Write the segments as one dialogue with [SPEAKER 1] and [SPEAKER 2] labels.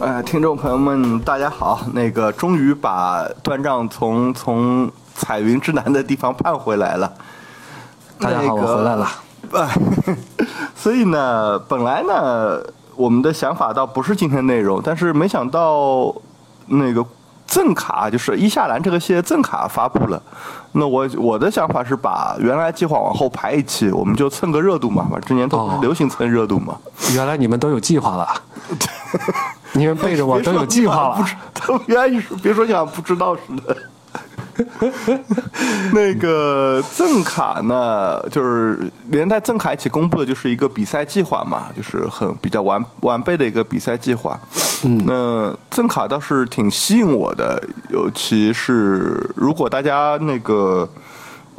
[SPEAKER 1] 呃，听众朋友们，大家好！那个终于把端丈从从彩云之南的地方盼回来了。
[SPEAKER 2] 大家好，
[SPEAKER 1] 那个
[SPEAKER 2] 我回来了。
[SPEAKER 1] 呃， 所以呢，本来呢，我们的想法倒不是今天内容，但是没想到那个赠卡，就是伊夏兰这个系列赠卡发布了。那我我的想法是把原来计划往后排一期，我们就蹭个热度嘛，反正年头
[SPEAKER 2] 哦
[SPEAKER 1] 流行蹭热度嘛。
[SPEAKER 2] 原来你们都有计 划了，你们背着我
[SPEAKER 1] 别
[SPEAKER 2] 都
[SPEAKER 1] 说
[SPEAKER 2] 有计划了
[SPEAKER 1] 不。知道，原来别说你好像不知道似的。 那个赠卡呢，就是连带赠卡一起公布的就是一个比赛计划嘛，就是很比较完完备的一个比赛计划。嗯，那赠卡倒是挺吸引我的，尤其是如果大家那个。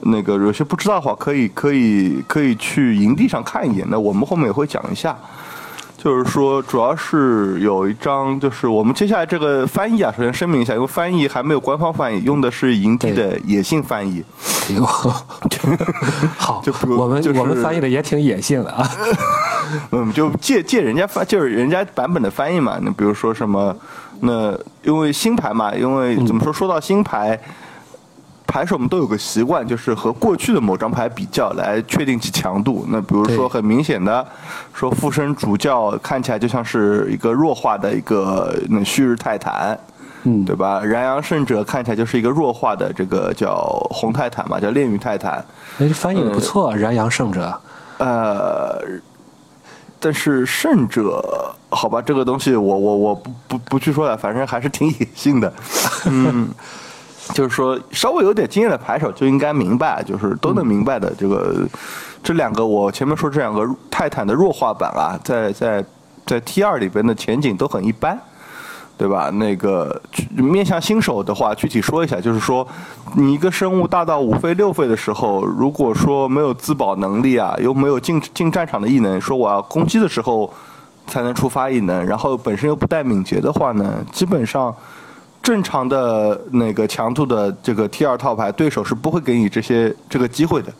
[SPEAKER 1] 那个有些不知道的话，可以可以可以去营地上看一眼。那我们后面也会讲一下。就是说，主要是有一张，就是我们接下来这个翻译啊，首先声明一下，因为翻译还没有官方翻译，用的是营地的野性翻译。
[SPEAKER 2] 哎呦 好
[SPEAKER 1] 就，不
[SPEAKER 2] 我们
[SPEAKER 1] 就是
[SPEAKER 2] 我们翻译的也挺野性 的啊。
[SPEAKER 1] 嗯，就借借人家翻，就是人家版本的翻译嘛。那比如说什么，那因为新牌嘛，因为怎么说，说到新牌，牌手们都有个习惯，就是和过去的某张牌比较来确定其强度。那比如
[SPEAKER 2] 对
[SPEAKER 1] 说很明显的，说附身主教看起来就像是一个弱化的一个呃那旭日泰坦。
[SPEAKER 2] 嗯
[SPEAKER 1] 对吧？燃阳圣者看起来就是一个弱化的这个叫红泰坦嘛，叫炼狱泰坦。
[SPEAKER 2] 哎，这翻译的不错，燃阳圣者。
[SPEAKER 1] 呃，但是胜者，好吧，这个东西我我我不不不去说了，反正还是挺野性的。嗯，就是说稍微有点经验的牌手就应该明白，就是都能明白的这个、这两个，我前面说这两个泰坦的弱化版啊，在在在 T 二里边的前景都很一般。对吧？那个具面向新手的话，具体说一下，就是说，你一个生物大到五费六费的时候，如果说没有自保能力啊，又没有进进战场的异能，说我要攻击的时候才能触发异能，然后本身又不带敏捷的话呢，基本上正常的那个强度的这个 T 二套牌，对手是不会给你这些这个机会的。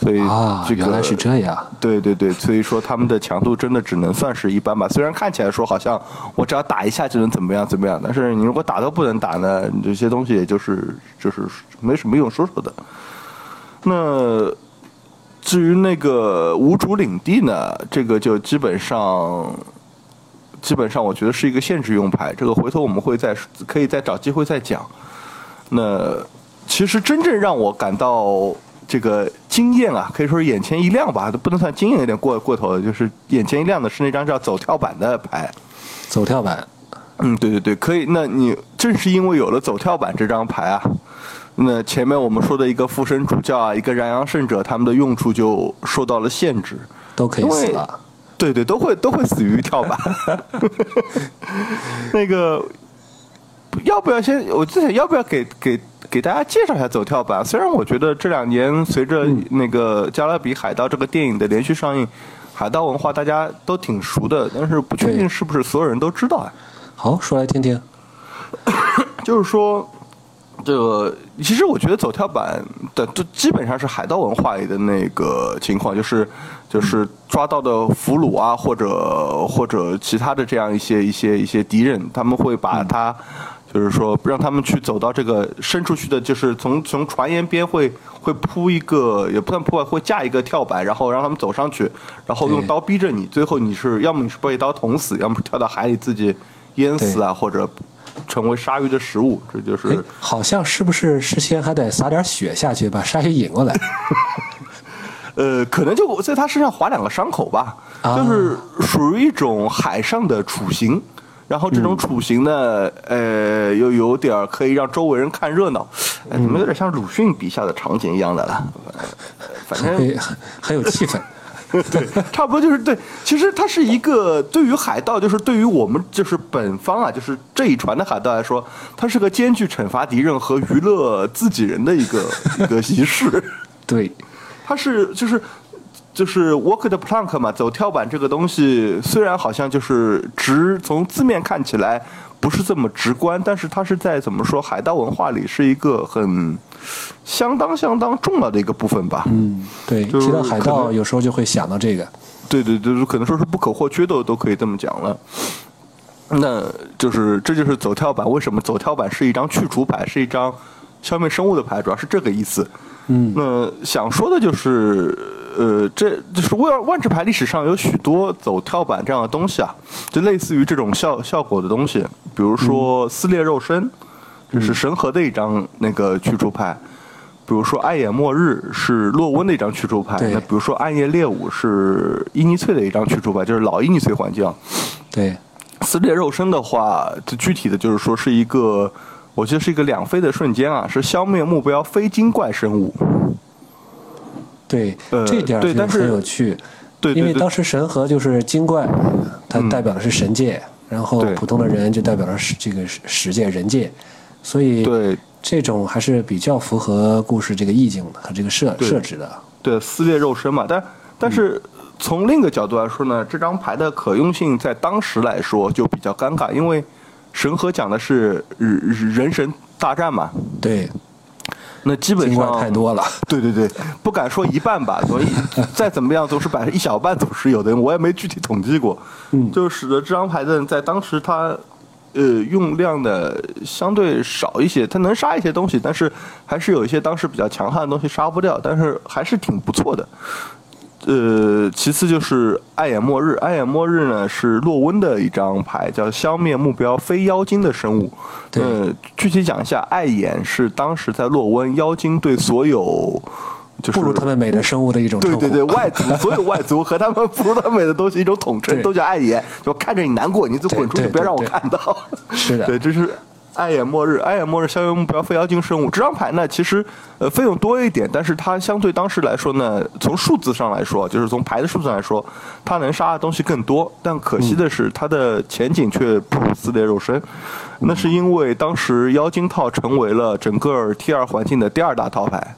[SPEAKER 1] 所以
[SPEAKER 2] 啊，
[SPEAKER 1] 这个、
[SPEAKER 2] 原来是这样。
[SPEAKER 1] 对对对，所以说他们的强度真的只能算是一般吧。虽然看起来说好像我只要打一下就能怎么样怎么样，但是你如果打都不能打呢，这些东西也就是就是没什么用说说的。那至于那个无主领地呢，这个就基本上。基本上我觉得是一个限制用牌，这个回头我们会再可以再找机会再讲。那其实真正让我感到这个惊艳啊，可以说是眼前一亮吧，都不能算惊艳，有点过过头了。就是眼前一亮的是那张叫走跳板的牌。
[SPEAKER 2] 走跳版，
[SPEAKER 1] 嗯，对对对，可以。那你正是因为有了走跳板这张牌啊，那前面我们说的一个附身主教啊，一个燃阳圣者，他们的用处就受到了限制。
[SPEAKER 2] 都可以
[SPEAKER 1] 因
[SPEAKER 2] 死
[SPEAKER 1] 为
[SPEAKER 2] 了。
[SPEAKER 1] 对对，都会都会死于跳 板。那个，要不要先？我之前要不要给给给大家介绍一下走跳板？虽然我觉得这两年随着
[SPEAKER 2] 嗯
[SPEAKER 1] 那个《加勒比海盗》这个电影的连续上映，海盗文化大家都挺熟的，但是不确定
[SPEAKER 2] 对
[SPEAKER 1] 是不是所有人都知道啊。
[SPEAKER 2] 好，说来听听。
[SPEAKER 1] 就是说，这个其实我觉得走跳板的这基本上是海盗文化里的那个情况，就是就是抓到的俘虏啊，或者或者其他的这样一些一些一些敌人，他们会把他。就是说，让他们去走到这个伸出去的，就是从从船沿边会会铺一个，也不算铺吧，会架一个跳板，然后让他们走上去，然后用
[SPEAKER 2] 对
[SPEAKER 1] 刀逼着你，最后你是要么你是被刀捅死，要么是跳到海里自己淹死啊，或者成为鲨鱼的食物，这就
[SPEAKER 2] 哎
[SPEAKER 1] 是，
[SPEAKER 2] 好像是不是事先还得撒点血下去，把鲨鱼引 过来？
[SPEAKER 1] 呃，可能就在他身上划两个伤口吧，
[SPEAKER 2] 啊
[SPEAKER 1] 就是属于一种海上的处刑。然后这种处刑呢，呃，又有点儿可以让周围人看热闹，哎，怎么有点像鲁迅笔下的场景一样的了？呃反正
[SPEAKER 2] 很 会很很有气氛。
[SPEAKER 1] 对，差不多就是对。其实它是一个对于海盗，就是对于我们就是本方啊，就是这一船的海盗来说，它是个兼具惩罚敌人和娱乐自己人的一个一个仪式。
[SPEAKER 2] 对，
[SPEAKER 1] 它是就是就是 walk the plank 嘛，走跳板这个东西，虽然好像就是直从字面看起来不是这么直观，但是它是在怎么说海盗文化里是一个很相当相当重要的一个部分吧。嗯。
[SPEAKER 2] 嗯，对，
[SPEAKER 1] 就是
[SPEAKER 2] 提到海
[SPEAKER 1] 可
[SPEAKER 2] 盗，
[SPEAKER 1] 能
[SPEAKER 2] 有时候就会想到这个。
[SPEAKER 1] 对对对，可能说是不可或缺的，都可以这么讲了。那就是这就是走跳板，为什么走跳板是一张去除牌，是一张消灭生物的牌，主要是这个意思。嗯，那想说的就是，呃，这就是万万智牌历史上有许多走跳板这样的东西啊，就类似于这种效效果的东西，比如说撕裂肉身，这是神和的一张那个去除牌。比如说《暗夜末日》是洛温的一张去除牌，
[SPEAKER 2] 对
[SPEAKER 1] 那比如说《暗夜猎舞》是伊尼翠的一张去除牌，就是老伊尼翠环境。
[SPEAKER 2] 对，
[SPEAKER 1] 撕裂肉身的话，就具体的就是说是一个，我记得是一个两飞的瞬间啊，是消灭目标非精怪生物。
[SPEAKER 2] 对，
[SPEAKER 1] 呃
[SPEAKER 2] 这点儿
[SPEAKER 1] 对
[SPEAKER 2] 就
[SPEAKER 1] 但是
[SPEAKER 2] 很有趣，
[SPEAKER 1] 对
[SPEAKER 2] 因
[SPEAKER 1] 对
[SPEAKER 2] 为
[SPEAKER 1] 对嗯
[SPEAKER 2] 当，时神和就是精怪，它代表的是神界，然后
[SPEAKER 1] 对
[SPEAKER 2] 普通的人就代表了是这个是十界人界，所以
[SPEAKER 1] 对
[SPEAKER 2] 这种还是比较符合故事这个意境的和这个设
[SPEAKER 1] 对
[SPEAKER 2] 设置的。
[SPEAKER 1] 对撕裂肉身嘛，但但是从另一个角度来说呢，这张牌的可用性在当时来说就比较尴尬，因为神和讲的是人人神大战嘛，
[SPEAKER 2] 对，
[SPEAKER 1] 那基本
[SPEAKER 2] 精怪
[SPEAKER 1] 上
[SPEAKER 2] 太多了。
[SPEAKER 1] 对对对，不敢说一半吧，所以再怎么样总是百分一小半总是有的，我也没具体统计过。
[SPEAKER 2] 嗯
[SPEAKER 1] 就使得这张牌的在当时它，呃，用量的相对少一些，它能杀一些东西，但是还是有一些当时比较强悍的东西杀不掉，但是还是挺不错的。呃，其次就是《暗眼末日》，《暗眼末日呢》是洛温的一张牌，叫消灭目标非妖精的生物。
[SPEAKER 2] 对
[SPEAKER 1] 呃，具体讲一下，暗眼是当时在洛温妖精对所有就是
[SPEAKER 2] 不如他们美的生物的一种
[SPEAKER 1] 对
[SPEAKER 2] 称呼。
[SPEAKER 1] 对对，外族所有外族和他们不如他们的东西一种统称，
[SPEAKER 2] 对
[SPEAKER 1] 都叫暗眼，就看着你难过，你就滚出去，
[SPEAKER 2] 对对
[SPEAKER 1] 不要让我
[SPEAKER 2] 对
[SPEAKER 1] 看到。
[SPEAKER 2] 是的
[SPEAKER 1] 对，这是暗眼末日，暗眼末日消灭目标非妖精生物。这张牌呢，其实呃费用多一点，但是它相对当时来说呢，从数字上来说，就是从牌的数字上来说，它能杀的东西更多。但可惜
[SPEAKER 2] 嗯
[SPEAKER 1] 的是，它的前景却不如撕裂肉身。那是因为当时妖精套成为了整个 T 二环境的第二大套牌。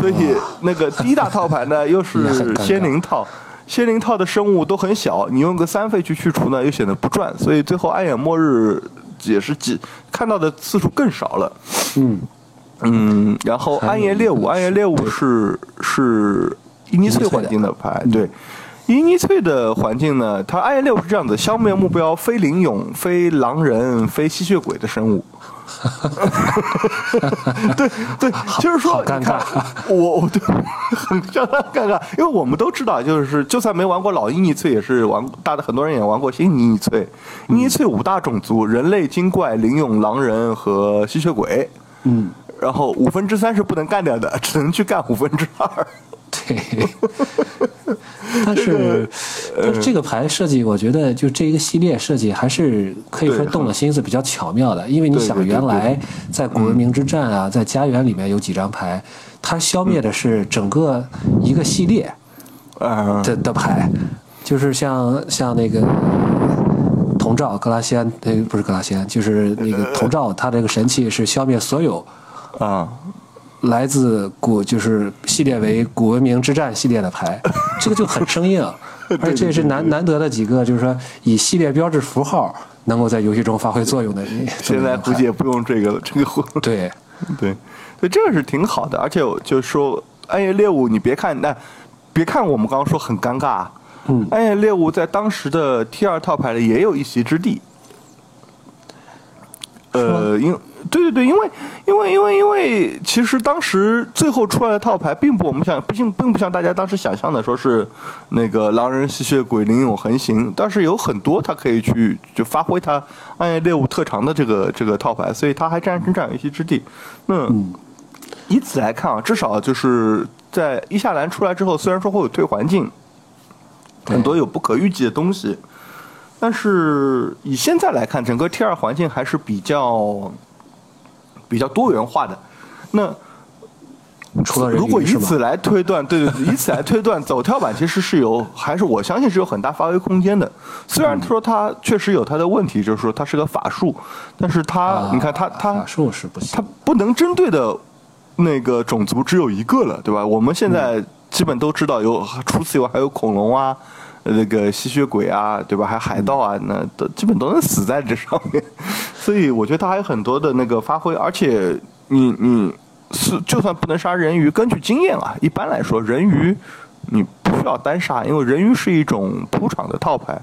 [SPEAKER 1] 所以那个第一大套牌呢，又
[SPEAKER 2] 那很
[SPEAKER 1] 是
[SPEAKER 2] 尴尬
[SPEAKER 1] 仙灵套，仙灵套的生物都很小，你用个三费去去除呢，又显得不赚，所以最后暗眼末日也是几看到的次数更少了。
[SPEAKER 2] 嗯，
[SPEAKER 1] 嗯，然后
[SPEAKER 2] 还有
[SPEAKER 1] 暗夜猎舞，暗夜猎舞是是伊尼翠环境的
[SPEAKER 2] 嗯
[SPEAKER 1] 牌，对。伊尼翠的环境呢，它暗夜猎舞是这样子：消灭目标非灵勇、非狼人、非吸血鬼的生物。对对，就是说，
[SPEAKER 2] 好尴
[SPEAKER 1] 你看
[SPEAKER 2] 尬。
[SPEAKER 1] 我我对，很相当尴尬，因为我们都知道，就是就算没玩过老伊尼翠，也是玩大的很多人也玩过新伊尼翠。伊尼翠五大种族：人类、精怪、灵勇、狼人和吸血鬼。
[SPEAKER 2] 嗯，
[SPEAKER 1] 然后五分之三是不能干掉的，只能去干五分之二。
[SPEAKER 2] 对。但是，
[SPEAKER 1] 呃
[SPEAKER 2] 但是这个牌设计，我觉得就这一个系列设计还是可以说
[SPEAKER 1] 对
[SPEAKER 2] 动了心思，比较巧妙的。因为你
[SPEAKER 1] 对
[SPEAKER 2] 想，
[SPEAKER 1] 对对嗯
[SPEAKER 2] 原来在古文明之战啊，在家园里面有几张牌，它消灭的是整个一个系列
[SPEAKER 1] 嗯，
[SPEAKER 2] 的的牌，就是像像那个。铜照格拉西安，呃，不是格拉西安，就是那
[SPEAKER 1] 呃
[SPEAKER 2] 个铜照，它这个神器是消灭所有
[SPEAKER 1] 啊，
[SPEAKER 2] 来自古就是系列为古文明之战系列的 牌，这个就很生硬，而且是难难得的几个，就是说以系列标志符号能够在游戏中发挥作用的。这么
[SPEAKER 1] 现
[SPEAKER 2] 一个
[SPEAKER 1] 在估计也不用这个了，这个活
[SPEAKER 2] 牌对
[SPEAKER 1] 对，对，这个是挺好的。而且我就说《暗夜猎物》，你别看那，别看我们刚刚说很尴尬，
[SPEAKER 2] 嗯
[SPEAKER 1] 暗夜哎猎物》在当时的 T 二套牌里也有一席之地。呃，因对对对，因为因为因为因为，其实当时最后出来的套牌，并不我们想，并并不像大家当时想象的，说是那个狼人、吸血鬼、灵勇横行，但是有很多它可以去就发挥它暗夜猎物特长的这个这个套牌，所以它还占真占有一席之地。那、以此来看啊，至少就是在伊夏兰出来之后，虽然说会有退环境，
[SPEAKER 2] 对
[SPEAKER 1] 很多有不可预计的东西，但是以现在来看，整个 T 二环境还是比较比较多元化的。那
[SPEAKER 2] 除了人
[SPEAKER 1] 如果
[SPEAKER 2] 鱼
[SPEAKER 1] 以
[SPEAKER 2] 是吧？
[SPEAKER 1] 此来推断，对对对，以此来推 断，走跳板其实是有，还是我相信是有很大发挥空间的。虽
[SPEAKER 2] 嗯
[SPEAKER 1] 然说它确实有它的问题，就是说它是个法术，但是它，
[SPEAKER 2] 啊
[SPEAKER 1] 你看它它
[SPEAKER 2] 法术是不行
[SPEAKER 1] 它，不能针对的那个种族只有一个了，对吧？我们现在基本都知道有，除此以外还有恐龙啊，呃那个吸血鬼啊，对吧？还有海盗啊，那都基本都能死在这上面。 所以我觉得它还有很多的那个发挥，而且你你是就算不能杀人鱼，根据经验啊，一般来说人鱼你不需要单杀，因为人鱼是一种铺场的套牌。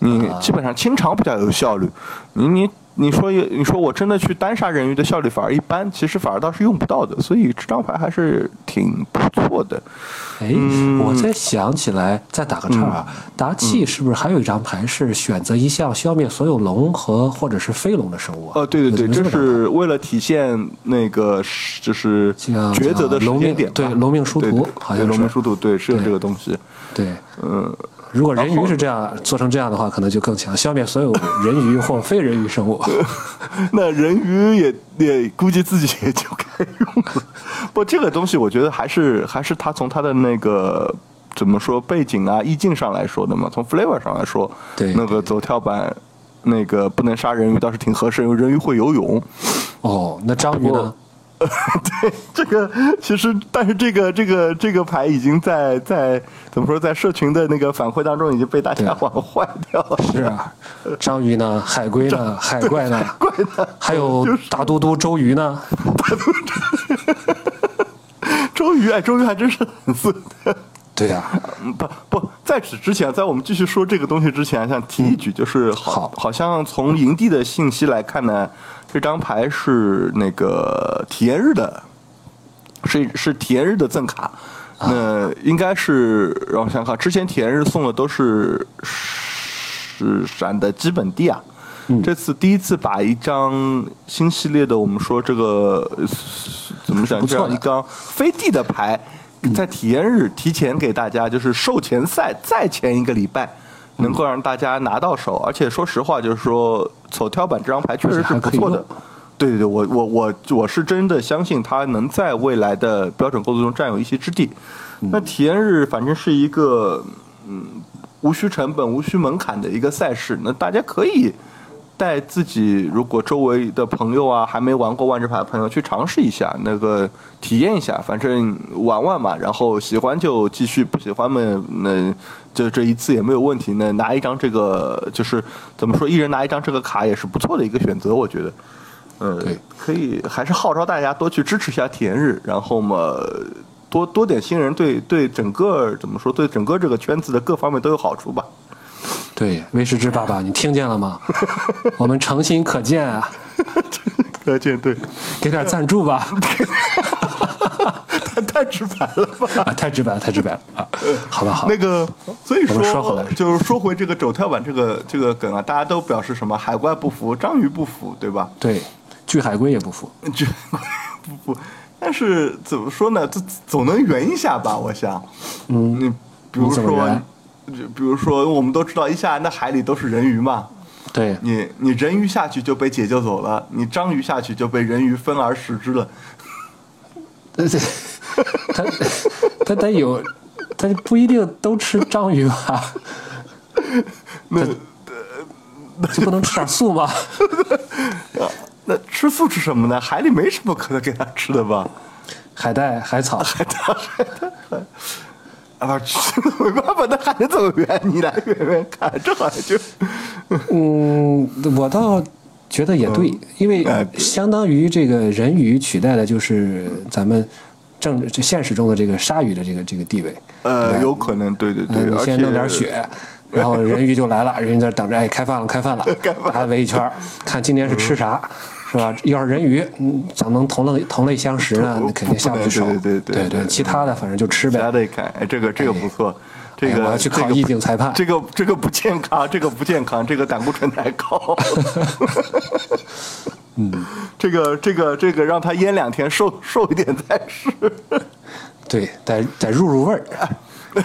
[SPEAKER 1] 你
[SPEAKER 2] 啊
[SPEAKER 1] 基本上清偿比较有效率。你你你说你说我真的去单杀人鱼的效率反而一般，其实反而倒是用不到的，所以这张牌还是挺不错的。
[SPEAKER 2] 哎，
[SPEAKER 1] 嗯
[SPEAKER 2] 我再想起来，再打个岔啊，达契是不是还有一张牌是选择一项消灭所有龙和或者是飞龙的生物啊？
[SPEAKER 1] 呃，对对对，
[SPEAKER 2] 有这
[SPEAKER 1] 这
[SPEAKER 2] 么张牌
[SPEAKER 1] 是为了体现那个是就是
[SPEAKER 2] 像
[SPEAKER 1] 抉择的时
[SPEAKER 2] 龙
[SPEAKER 1] 间
[SPEAKER 2] 命
[SPEAKER 1] 点吧，
[SPEAKER 2] 对龙命殊
[SPEAKER 1] 对
[SPEAKER 2] 途
[SPEAKER 1] 对
[SPEAKER 2] 好
[SPEAKER 1] 对
[SPEAKER 2] 像
[SPEAKER 1] 龙
[SPEAKER 2] 是
[SPEAKER 1] 命殊途，对，是有
[SPEAKER 2] 对
[SPEAKER 1] 这个东西。
[SPEAKER 2] 对，嗯，如果人鱼是这样做成这样的话，可能就更强，消灭所有人鱼或非人鱼生物。
[SPEAKER 1] 那人鱼也也估计自己也就该用了。不，这个东西我觉得还是还是他从他的那个怎么说背景啊意境上来说的嘛，从 flavor 上来说，
[SPEAKER 2] 对
[SPEAKER 1] 那个走跳板。那个不能杀人鱼倒是挺合适，因为人鱼会游泳。
[SPEAKER 2] 哦，那章鱼呢？
[SPEAKER 1] 对，这个其实，但是这个这个这个牌已经在在怎么说，在社群的那个反馈当中已经被大
[SPEAKER 2] 对
[SPEAKER 1] 家玩坏掉了。
[SPEAKER 2] 是啊，章鱼呢？海龟 呢？海怪呢？还有大嘟嘟周瑜呢？
[SPEAKER 1] 周瑜，哎，周瑜还真是很色的。
[SPEAKER 2] 对啊呀、
[SPEAKER 1] 嗯不不，在此之前，在我们继续说这个东西之前，想提一句，就是好，
[SPEAKER 2] 好
[SPEAKER 1] 像从营地的信息来看呢，这张牌是那个体验日的，是是体验日的赠卡。那应该是让我想想看，之前体验日送的都是是闪的基本地啊。这次第一次把一张新系列的，我们说这个呃怎么讲，
[SPEAKER 2] 不
[SPEAKER 1] 这
[SPEAKER 2] 错的
[SPEAKER 1] 样一张飞地的牌，在体验日提前给大家，就是售前赛再前一个礼拜，能够让大家拿到手。而且说实话，就是说走跳板这张牌确实是不错
[SPEAKER 2] 而且还可以用
[SPEAKER 1] 的。 对对对，我我我我是真的相信它能在未来的标准构筑中占有一席之地。那体验日反正是一个嗯无需成本、无需门槛的一个赛事，那大家可以带自己如果周围的朋友啊，还没玩过万智牌的朋友去尝试一下，那个体验一下，反正玩玩嘛，然后喜欢就继续，不喜欢嘛，那就这一次也没有问题。那拿一张这个就是怎么说，一人拿一张这个卡也是不错的一个选择，我觉得。嗯，
[SPEAKER 2] 对，
[SPEAKER 1] 可以，还是号召大家多去支持一下体验日，然后嘛，多多点新人对对整个怎么说，对整个这个圈子的各方面都有好处吧。
[SPEAKER 2] 对，威士之爸 爸，你听见了吗？我们诚心可见啊，
[SPEAKER 1] 可见对，
[SPEAKER 2] 给点赞助 吧！
[SPEAKER 1] 太太直白了吧？
[SPEAKER 2] 啊，太直白了，太直白了啊！好吧，好吧
[SPEAKER 1] 那，个，所以
[SPEAKER 2] 我
[SPEAKER 1] 说
[SPEAKER 2] 们说回来
[SPEAKER 1] 就是说回这个肘跳板这个这个梗啊，大家都表示什么海怪不服，章鱼不服，对吧？
[SPEAKER 2] 对，巨海龟也不服。
[SPEAKER 1] 这 不不，但是怎么说呢？这总能圆一下吧？我想，嗯，你比如
[SPEAKER 2] 你怎么
[SPEAKER 1] 说
[SPEAKER 2] 圆，
[SPEAKER 1] 就比如说，我们都知道一下那海里都是人鱼嘛，
[SPEAKER 2] 对，
[SPEAKER 1] 你你人鱼下去就被解救走了，你章鱼下去就被人鱼分而食之了。
[SPEAKER 2] 对对，他他得有，他不一定都吃章鱼吧？
[SPEAKER 1] 那
[SPEAKER 2] 就不能吃点素吗？呃
[SPEAKER 1] 那吃素吃什么呢？海里没什么可给它吃的吧？
[SPEAKER 2] 海带、海草，
[SPEAKER 1] 啊，这没办法，那还能怎么圆？你来圆圆看，这好像就
[SPEAKER 2] 嗯，我倒觉得也对，因为
[SPEAKER 1] 哎对
[SPEAKER 2] 相当于这个人鱼取代的就是咱们政这现实中的这个鲨鱼的这个这个地位。
[SPEAKER 1] 呃，有可能，对对
[SPEAKER 2] 嗯
[SPEAKER 1] 对，
[SPEAKER 2] 你
[SPEAKER 1] 而且
[SPEAKER 2] 先弄点血，然后人鱼就来了，人鱼在那等着，哎，开饭了，开饭了，大家围一圈儿，看今天是吃啥，嗯
[SPEAKER 1] 嗯
[SPEAKER 2] 是吧？要是人鱼，嗯，咱能同类同类相食呢，
[SPEAKER 1] 不
[SPEAKER 2] 那肯定下不去手
[SPEAKER 1] 不。能对对对
[SPEAKER 2] 对
[SPEAKER 1] 对对
[SPEAKER 2] 其他的反正就吃
[SPEAKER 1] 大家
[SPEAKER 2] 呗。
[SPEAKER 1] 得看，哎，这个这个不错，这
[SPEAKER 2] 哎
[SPEAKER 1] 个
[SPEAKER 2] 我要去
[SPEAKER 1] 这
[SPEAKER 2] 考
[SPEAKER 1] 个
[SPEAKER 2] 意境裁判
[SPEAKER 1] 这个这个不健康，这个不健康，这个胆固醇太 高。嗯， 这个这个这个让他腌两天，瘦瘦一点再试。
[SPEAKER 2] 对，得得入入味儿。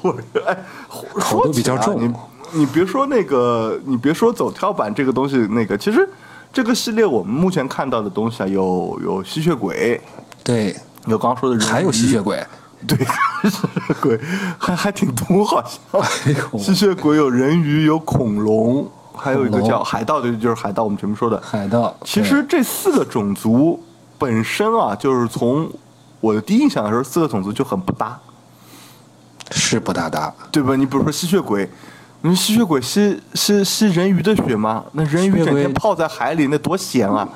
[SPEAKER 1] 我哎，
[SPEAKER 2] 口
[SPEAKER 1] 说
[SPEAKER 2] 都比较
[SPEAKER 1] 起来啊
[SPEAKER 2] 重
[SPEAKER 1] 你你别说那个，你别说走跳板这个东西，那个其实这个系列我们目前看到的东西啊，有有吸血鬼，
[SPEAKER 2] 对，
[SPEAKER 1] 有刚说的人鱼
[SPEAKER 2] 还有吸血，鬼，
[SPEAKER 1] 对，吸血鬼还还挺多，好
[SPEAKER 2] 哎呦
[SPEAKER 1] 像吸血鬼有人鱼，有恐龙，还有一个
[SPEAKER 2] 恐龙
[SPEAKER 1] 叫海盗，对，就是海盗，我们前面说的。
[SPEAKER 2] 海盗。
[SPEAKER 1] 其实这四个种族本身啊，就是从我的第一印象来说，四个种族就很不搭。
[SPEAKER 2] 对是不搭搭，
[SPEAKER 1] 对吧？你比如说吸血鬼，你说吸血鬼吸吸吸人鱼的血吗？那人
[SPEAKER 2] 吸
[SPEAKER 1] 鱼
[SPEAKER 2] 血
[SPEAKER 1] 整
[SPEAKER 2] 鬼
[SPEAKER 1] 天泡在海里，那多咸啊！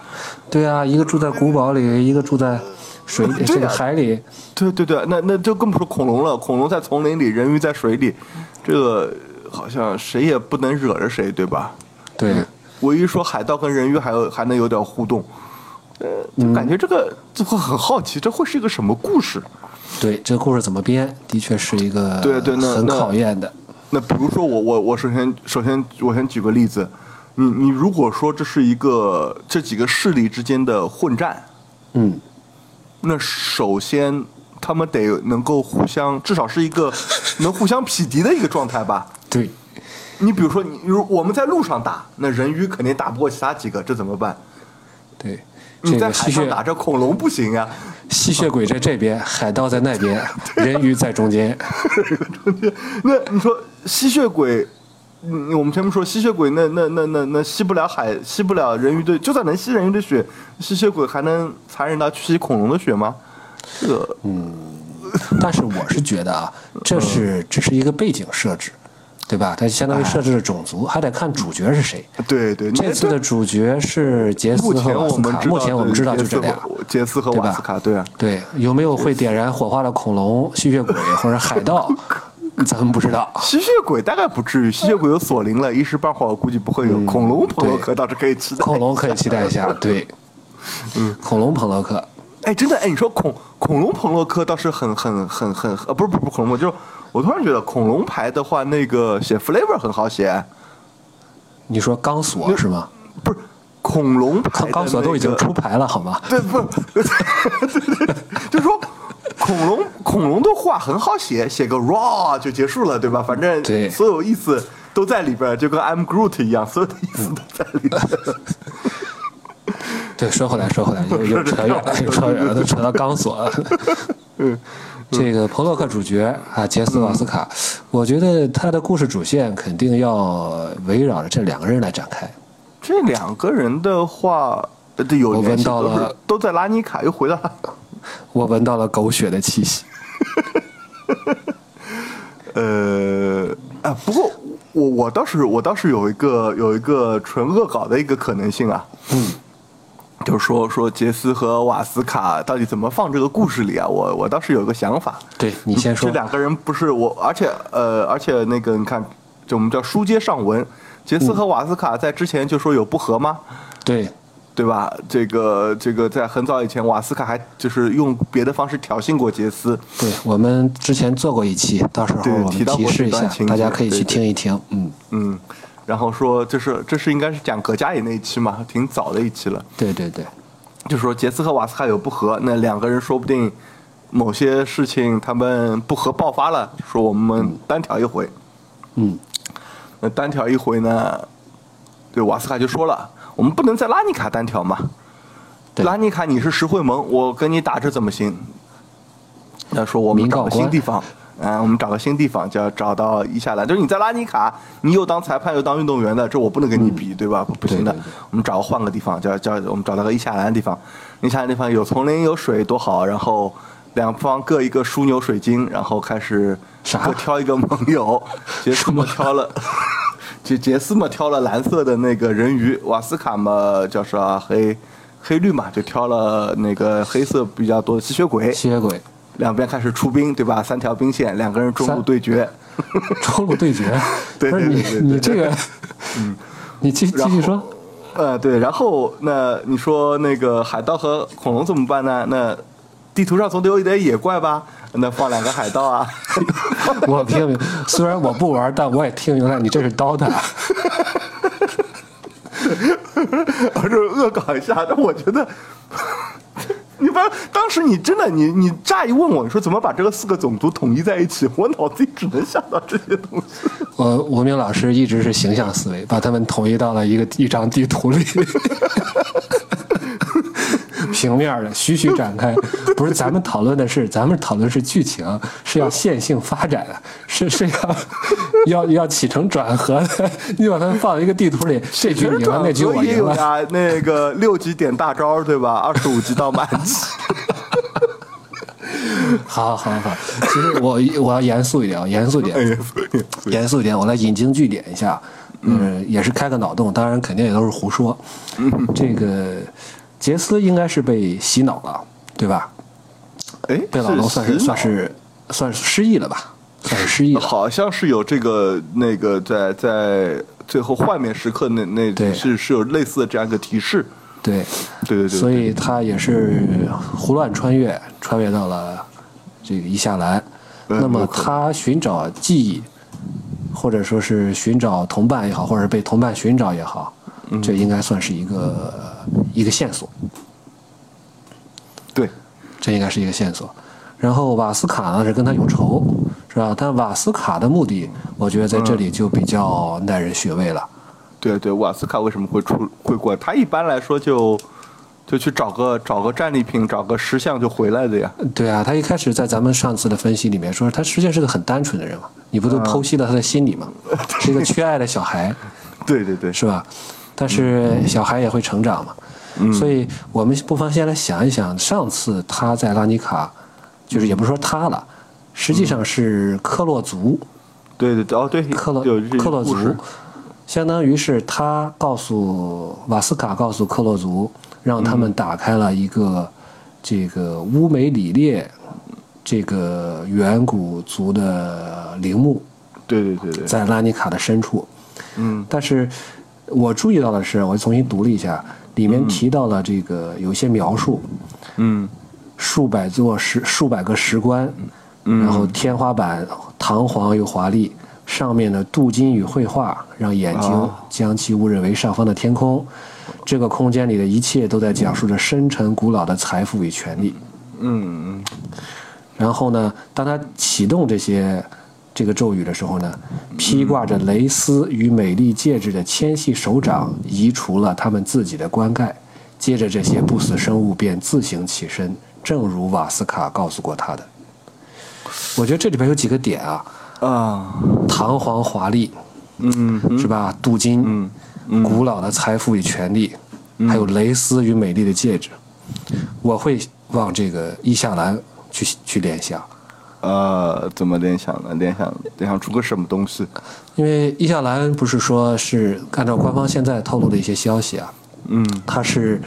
[SPEAKER 2] 对啊，一个住在古堡里，一个住在水里，这
[SPEAKER 1] 对
[SPEAKER 2] 个
[SPEAKER 1] 啊
[SPEAKER 2] 海里，
[SPEAKER 1] 对对对，那那就更不说恐龙了，恐龙在丛林里，人鱼在水里，这个好像谁也不能惹着谁，对吧？
[SPEAKER 2] 对，
[SPEAKER 1] 嗯唯一说海盗跟人鱼还有还能有点互动，呃，就
[SPEAKER 2] 嗯
[SPEAKER 1] 感觉这个就会很好奇，这会是一个什么故事？
[SPEAKER 2] 对，这个故事怎么编，的确是一个
[SPEAKER 1] 对对那
[SPEAKER 2] 很
[SPEAKER 1] 那
[SPEAKER 2] 考验的。
[SPEAKER 1] 那比如说我我我首先首先我先举个例子，你你如果说这是一个这几个势力之间的混战，
[SPEAKER 2] 嗯，
[SPEAKER 1] 那首先他们得能够互相，至少是一 个能互相匹敌的一个状态吧。
[SPEAKER 2] 对，
[SPEAKER 1] 你比如说你如我们在路上打，那人鱼肯定打不过其他几个，这怎么办？
[SPEAKER 2] 对，
[SPEAKER 1] 你
[SPEAKER 2] 这
[SPEAKER 1] 在
[SPEAKER 2] 个
[SPEAKER 1] 海
[SPEAKER 2] 吸
[SPEAKER 1] 上
[SPEAKER 2] 血
[SPEAKER 1] 打这恐龙不行呀、
[SPEAKER 2] 吸血鬼在这边，海盗在那边，人鱼在中间。
[SPEAKER 1] 那你说吸血鬼，嗯，我们前面说吸血鬼那，那那那那吸不了海，吸不了人鱼的，就算能吸人鱼的血，吸血鬼还能残忍到去吸恐龙的血吗？这个，
[SPEAKER 2] 但是我是觉得啊，
[SPEAKER 1] 嗯
[SPEAKER 2] 这是只是一个背景设置，对吧？它相当于设置了种族，还得看主角是谁。
[SPEAKER 1] 对对，
[SPEAKER 2] 这
[SPEAKER 1] 那
[SPEAKER 2] 次的主角是杰
[SPEAKER 1] 对
[SPEAKER 2] 斯
[SPEAKER 1] 哎目
[SPEAKER 2] 和
[SPEAKER 1] 前
[SPEAKER 2] 瓦
[SPEAKER 1] 我
[SPEAKER 2] 斯
[SPEAKER 1] 们
[SPEAKER 2] 卡，
[SPEAKER 1] 知道，
[SPEAKER 2] 目前我们知道就这俩。，
[SPEAKER 1] 杰斯和
[SPEAKER 2] 对吧
[SPEAKER 1] 瓦斯卡，对啊，
[SPEAKER 2] 对，有没有会点燃火花的恐龙、吸血鬼或者海盗，咱们不知道。
[SPEAKER 1] 吸血鬼大概不
[SPEAKER 2] 嗯
[SPEAKER 1] 至于，吸血鬼有锁麟了，一时半会儿我估计不会有。恐龙朋友
[SPEAKER 2] 对
[SPEAKER 1] 可倒是可以期待。
[SPEAKER 2] 恐龙可以期待一下，对，嗯，恐龙朋洛克，
[SPEAKER 1] 哎，真的哎，你说恐恐龙朋洛克倒是很很很很呃，不是不是不是恐龙，就是我突然觉得恐龙牌的话，那个写 flavor 很好写，
[SPEAKER 2] 你说钢索是吗？
[SPEAKER 1] 不是恐龙牌的、
[SPEAKER 2] 钢
[SPEAKER 1] 那个，
[SPEAKER 2] 钢索都已经出牌了，好吗？
[SPEAKER 1] 对不？对对对， 就说恐龙恐龙的话很好写，写个 raw 就结束了，对吧？反正
[SPEAKER 2] 对
[SPEAKER 1] 所有意思都在里边儿，就跟 I'm Groot 一样，所有的意思都在里边儿。
[SPEAKER 2] 对，说回来，说回来，又又扯 远了，又扯远了，都扯到钢索了。
[SPEAKER 1] 嗯
[SPEAKER 2] 这个彭洛克主角啊，杰斯·瓦斯卡，
[SPEAKER 1] 嗯
[SPEAKER 2] 我觉得他的故事主线肯定要围绕着这两个人来展开。
[SPEAKER 1] 这两个人的话，呃对，有
[SPEAKER 2] 我
[SPEAKER 1] 联
[SPEAKER 2] 闻
[SPEAKER 1] 系，
[SPEAKER 2] 到
[SPEAKER 1] 都是
[SPEAKER 2] 了
[SPEAKER 1] 都在拉尼卡，又回到拉
[SPEAKER 2] 我闻到了狗血的气息。
[SPEAKER 1] 嗯呃，啊，不过我我倒是我倒是有一个有一个纯恶搞的一个可能性啊，嗯，就是说说杰斯和瓦斯卡到底怎么放这个故事里啊？我我倒是有一个想法，
[SPEAKER 2] 对你先说
[SPEAKER 1] 这，两个人不是我，而且呃，而且那个你看，就我们叫书接上文，杰斯
[SPEAKER 2] 嗯
[SPEAKER 1] 和瓦斯卡在之前就说有不和吗？
[SPEAKER 2] 对
[SPEAKER 1] 对吧？这个这个，在很早以前，瓦斯卡还就是用别的方式挑衅过杰斯，
[SPEAKER 2] 对，我们之前做过一期，到时候
[SPEAKER 1] 对
[SPEAKER 2] 我
[SPEAKER 1] 提
[SPEAKER 2] 们
[SPEAKER 1] 到
[SPEAKER 2] 提
[SPEAKER 1] 过
[SPEAKER 2] 示
[SPEAKER 1] 这
[SPEAKER 2] 一
[SPEAKER 1] 段
[SPEAKER 2] 下
[SPEAKER 1] 情，
[SPEAKER 2] 大家
[SPEAKER 1] 节
[SPEAKER 2] 可以
[SPEAKER 1] 对
[SPEAKER 2] 去
[SPEAKER 1] 对
[SPEAKER 2] 听一听。嗯，
[SPEAKER 1] 嗯，然后说这是这是应该是讲葛加也那一期嘛，挺早的一期了。
[SPEAKER 2] 对对对，
[SPEAKER 1] 就说杰斯和瓦斯卡有不和，那两个人说不定某些事情他们不和爆发了，说我们单挑一回。
[SPEAKER 2] 嗯，
[SPEAKER 1] 那单挑一回呢，对瓦斯卡就说了，我们不能在拉尼卡单挑嘛。
[SPEAKER 2] 对
[SPEAKER 1] 拉尼卡你是石灰盟，我跟你打这怎么行？那说我们
[SPEAKER 2] 民
[SPEAKER 1] 找
[SPEAKER 2] 告
[SPEAKER 1] 个新
[SPEAKER 2] 官
[SPEAKER 1] 地方，嗯，我们找个新地方，就要找到伊夏兰。就是你在拉尼卡，你又当裁判又当运动员的，这我不能跟你比，对吧？不不行的，
[SPEAKER 2] 嗯对对对
[SPEAKER 1] 我们找个换个地方，叫叫我们找到个伊夏兰的地方。伊夏兰地方有丛林有水多好，然后两方各一个枢纽水晶，然后开始
[SPEAKER 2] 啥
[SPEAKER 1] 各挑一个盟 友。杰斯嘛挑了，杰杰斯嘛挑了蓝色的那个人鱼，瓦斯卡嘛叫啥黑黑绿嘛，就挑了那个黑色比较多的吸血鬼。
[SPEAKER 2] 吸血鬼
[SPEAKER 1] 两边开始出兵，对吧？三条兵线，两个人中路
[SPEAKER 2] 三
[SPEAKER 1] 对决。
[SPEAKER 2] 冲突对决，
[SPEAKER 1] 对
[SPEAKER 2] 不是
[SPEAKER 1] 对
[SPEAKER 2] 你
[SPEAKER 1] 对对
[SPEAKER 2] 你
[SPEAKER 1] 对
[SPEAKER 2] 这个，你继继
[SPEAKER 1] 然
[SPEAKER 2] 续
[SPEAKER 1] 后
[SPEAKER 2] 说，
[SPEAKER 1] 呃，对，然后那你说那个海盗和恐龙怎么办呢？那地图上总得有一点野怪吧？那放两个海盗啊，
[SPEAKER 2] 我听明，虽然我不玩，但我也听明白你这是 刀塔。
[SPEAKER 1] 我就是恶搞一下。但我觉得，你们当时你真的你你乍一问我，你说怎么把这个四个种族统一在一起，我脑子里只能想到这些东西。
[SPEAKER 2] 我吴明老师一直是形象思维，把他们统一到了一个一张地图里， 平面的徐徐展 开。不是咱们讨论的是，咱们讨论是剧情，是要线性发展的，是是要要要起承转合的。你把它们放到一个地图里，哎这局
[SPEAKER 1] 其实
[SPEAKER 2] 你赢了，
[SPEAKER 1] 转
[SPEAKER 2] 那局
[SPEAKER 1] 折
[SPEAKER 2] 我
[SPEAKER 1] 也
[SPEAKER 2] 赢
[SPEAKER 1] 有
[SPEAKER 2] 了。
[SPEAKER 1] 呀，啊那个六级点大招对吧？二十五级到满 级。
[SPEAKER 2] 好好好，其实我我要严肃一点，我 严肃一
[SPEAKER 1] 哎
[SPEAKER 2] 点。严肃一点，我来引经据典一下，嗯、也是开个脑洞，当然肯定也都是 胡说。这个杰斯应该是被洗脑了，对吧？
[SPEAKER 1] 哎，
[SPEAKER 2] 被老龙算是
[SPEAKER 1] 洗脑
[SPEAKER 2] 算是算是失忆了吧？算是失忆了。
[SPEAKER 1] 好像是有这个那个在在最后幻灭时刻那那
[SPEAKER 2] 对
[SPEAKER 1] 是是有类似的这样一个提示，
[SPEAKER 2] 对，
[SPEAKER 1] 对对对，
[SPEAKER 2] 所以他也是胡乱穿越，穿越到了这个伊夏兰。
[SPEAKER 1] 嗯
[SPEAKER 2] 那么
[SPEAKER 1] 有可能
[SPEAKER 2] 他寻找记忆，或者说是寻找同伴也好，或者是被同伴寻找也好，
[SPEAKER 1] 嗯
[SPEAKER 2] 这应该算是一个一个线索。
[SPEAKER 1] 对
[SPEAKER 2] 这应该是一个线索。然后瓦斯卡呢是跟他有仇，是吧？但瓦斯卡的目的，我觉得在
[SPEAKER 1] 嗯
[SPEAKER 2] 这里就比较耐人寻味了。
[SPEAKER 1] 对对，瓦斯卡为什么会出会过来？他一般来说就就去找个找个战利品，找个石像就回来的呀。
[SPEAKER 2] 对啊，他一开始在咱们上次的分析里面说，他实际上是个很单纯的人嘛，你不都剖析了他的心理嘛，是一个缺爱的小孩，
[SPEAKER 1] 对对对，
[SPEAKER 2] 是吧？但是小孩也会成长嘛，所以我们不妨先来想一想，上次他在拉尼卡，就是也不是说他了，实际上是克洛族，
[SPEAKER 1] 对对对，哦对，
[SPEAKER 2] 克洛
[SPEAKER 1] 有这
[SPEAKER 2] 克洛
[SPEAKER 1] 故
[SPEAKER 2] 族
[SPEAKER 1] 事，
[SPEAKER 2] 相当于是他告诉瓦斯卡告诉克洛族，让他
[SPEAKER 1] 嗯
[SPEAKER 2] 们打开了一个这个乌梅里列这个远古族的陵墓，
[SPEAKER 1] 对对对对，
[SPEAKER 2] 在拉尼卡的深处。
[SPEAKER 1] 嗯
[SPEAKER 2] 但是我注意到的是，我重新读了一下，里面提到了这个有一些描述，
[SPEAKER 1] 嗯
[SPEAKER 2] 数百座石，数百个石棺，然后天花板堂皇又华丽，上面的镀金与绘画让眼睛
[SPEAKER 1] 啊
[SPEAKER 2] 将其误认为上方的天空。这个空间里的一切都在讲述着深沉古老的财富与权力。
[SPEAKER 1] 嗯嗯，
[SPEAKER 2] 然后呢，当他启动这些这个咒语的时候呢，披挂着蕾丝与美丽戒指的纤细手掌移除了他们自己的棺盖，接着这些不死生物便自行起身，正如瓦斯卡告诉过他的。我觉得这里边有几个点啊，
[SPEAKER 1] 啊，
[SPEAKER 2] 堂皇华丽
[SPEAKER 1] 嗯嗯
[SPEAKER 2] 是吧？镀金，古老的财富与权力，还有蕾丝与美丽的戒指，我会往这个伊夏兰去去联想。
[SPEAKER 1] 呃，怎么联想呢？联想联想出个什么东西？
[SPEAKER 2] 因为伊夏兰不是说是按照官方现在透露的一些消息啊，
[SPEAKER 1] 嗯
[SPEAKER 2] 他是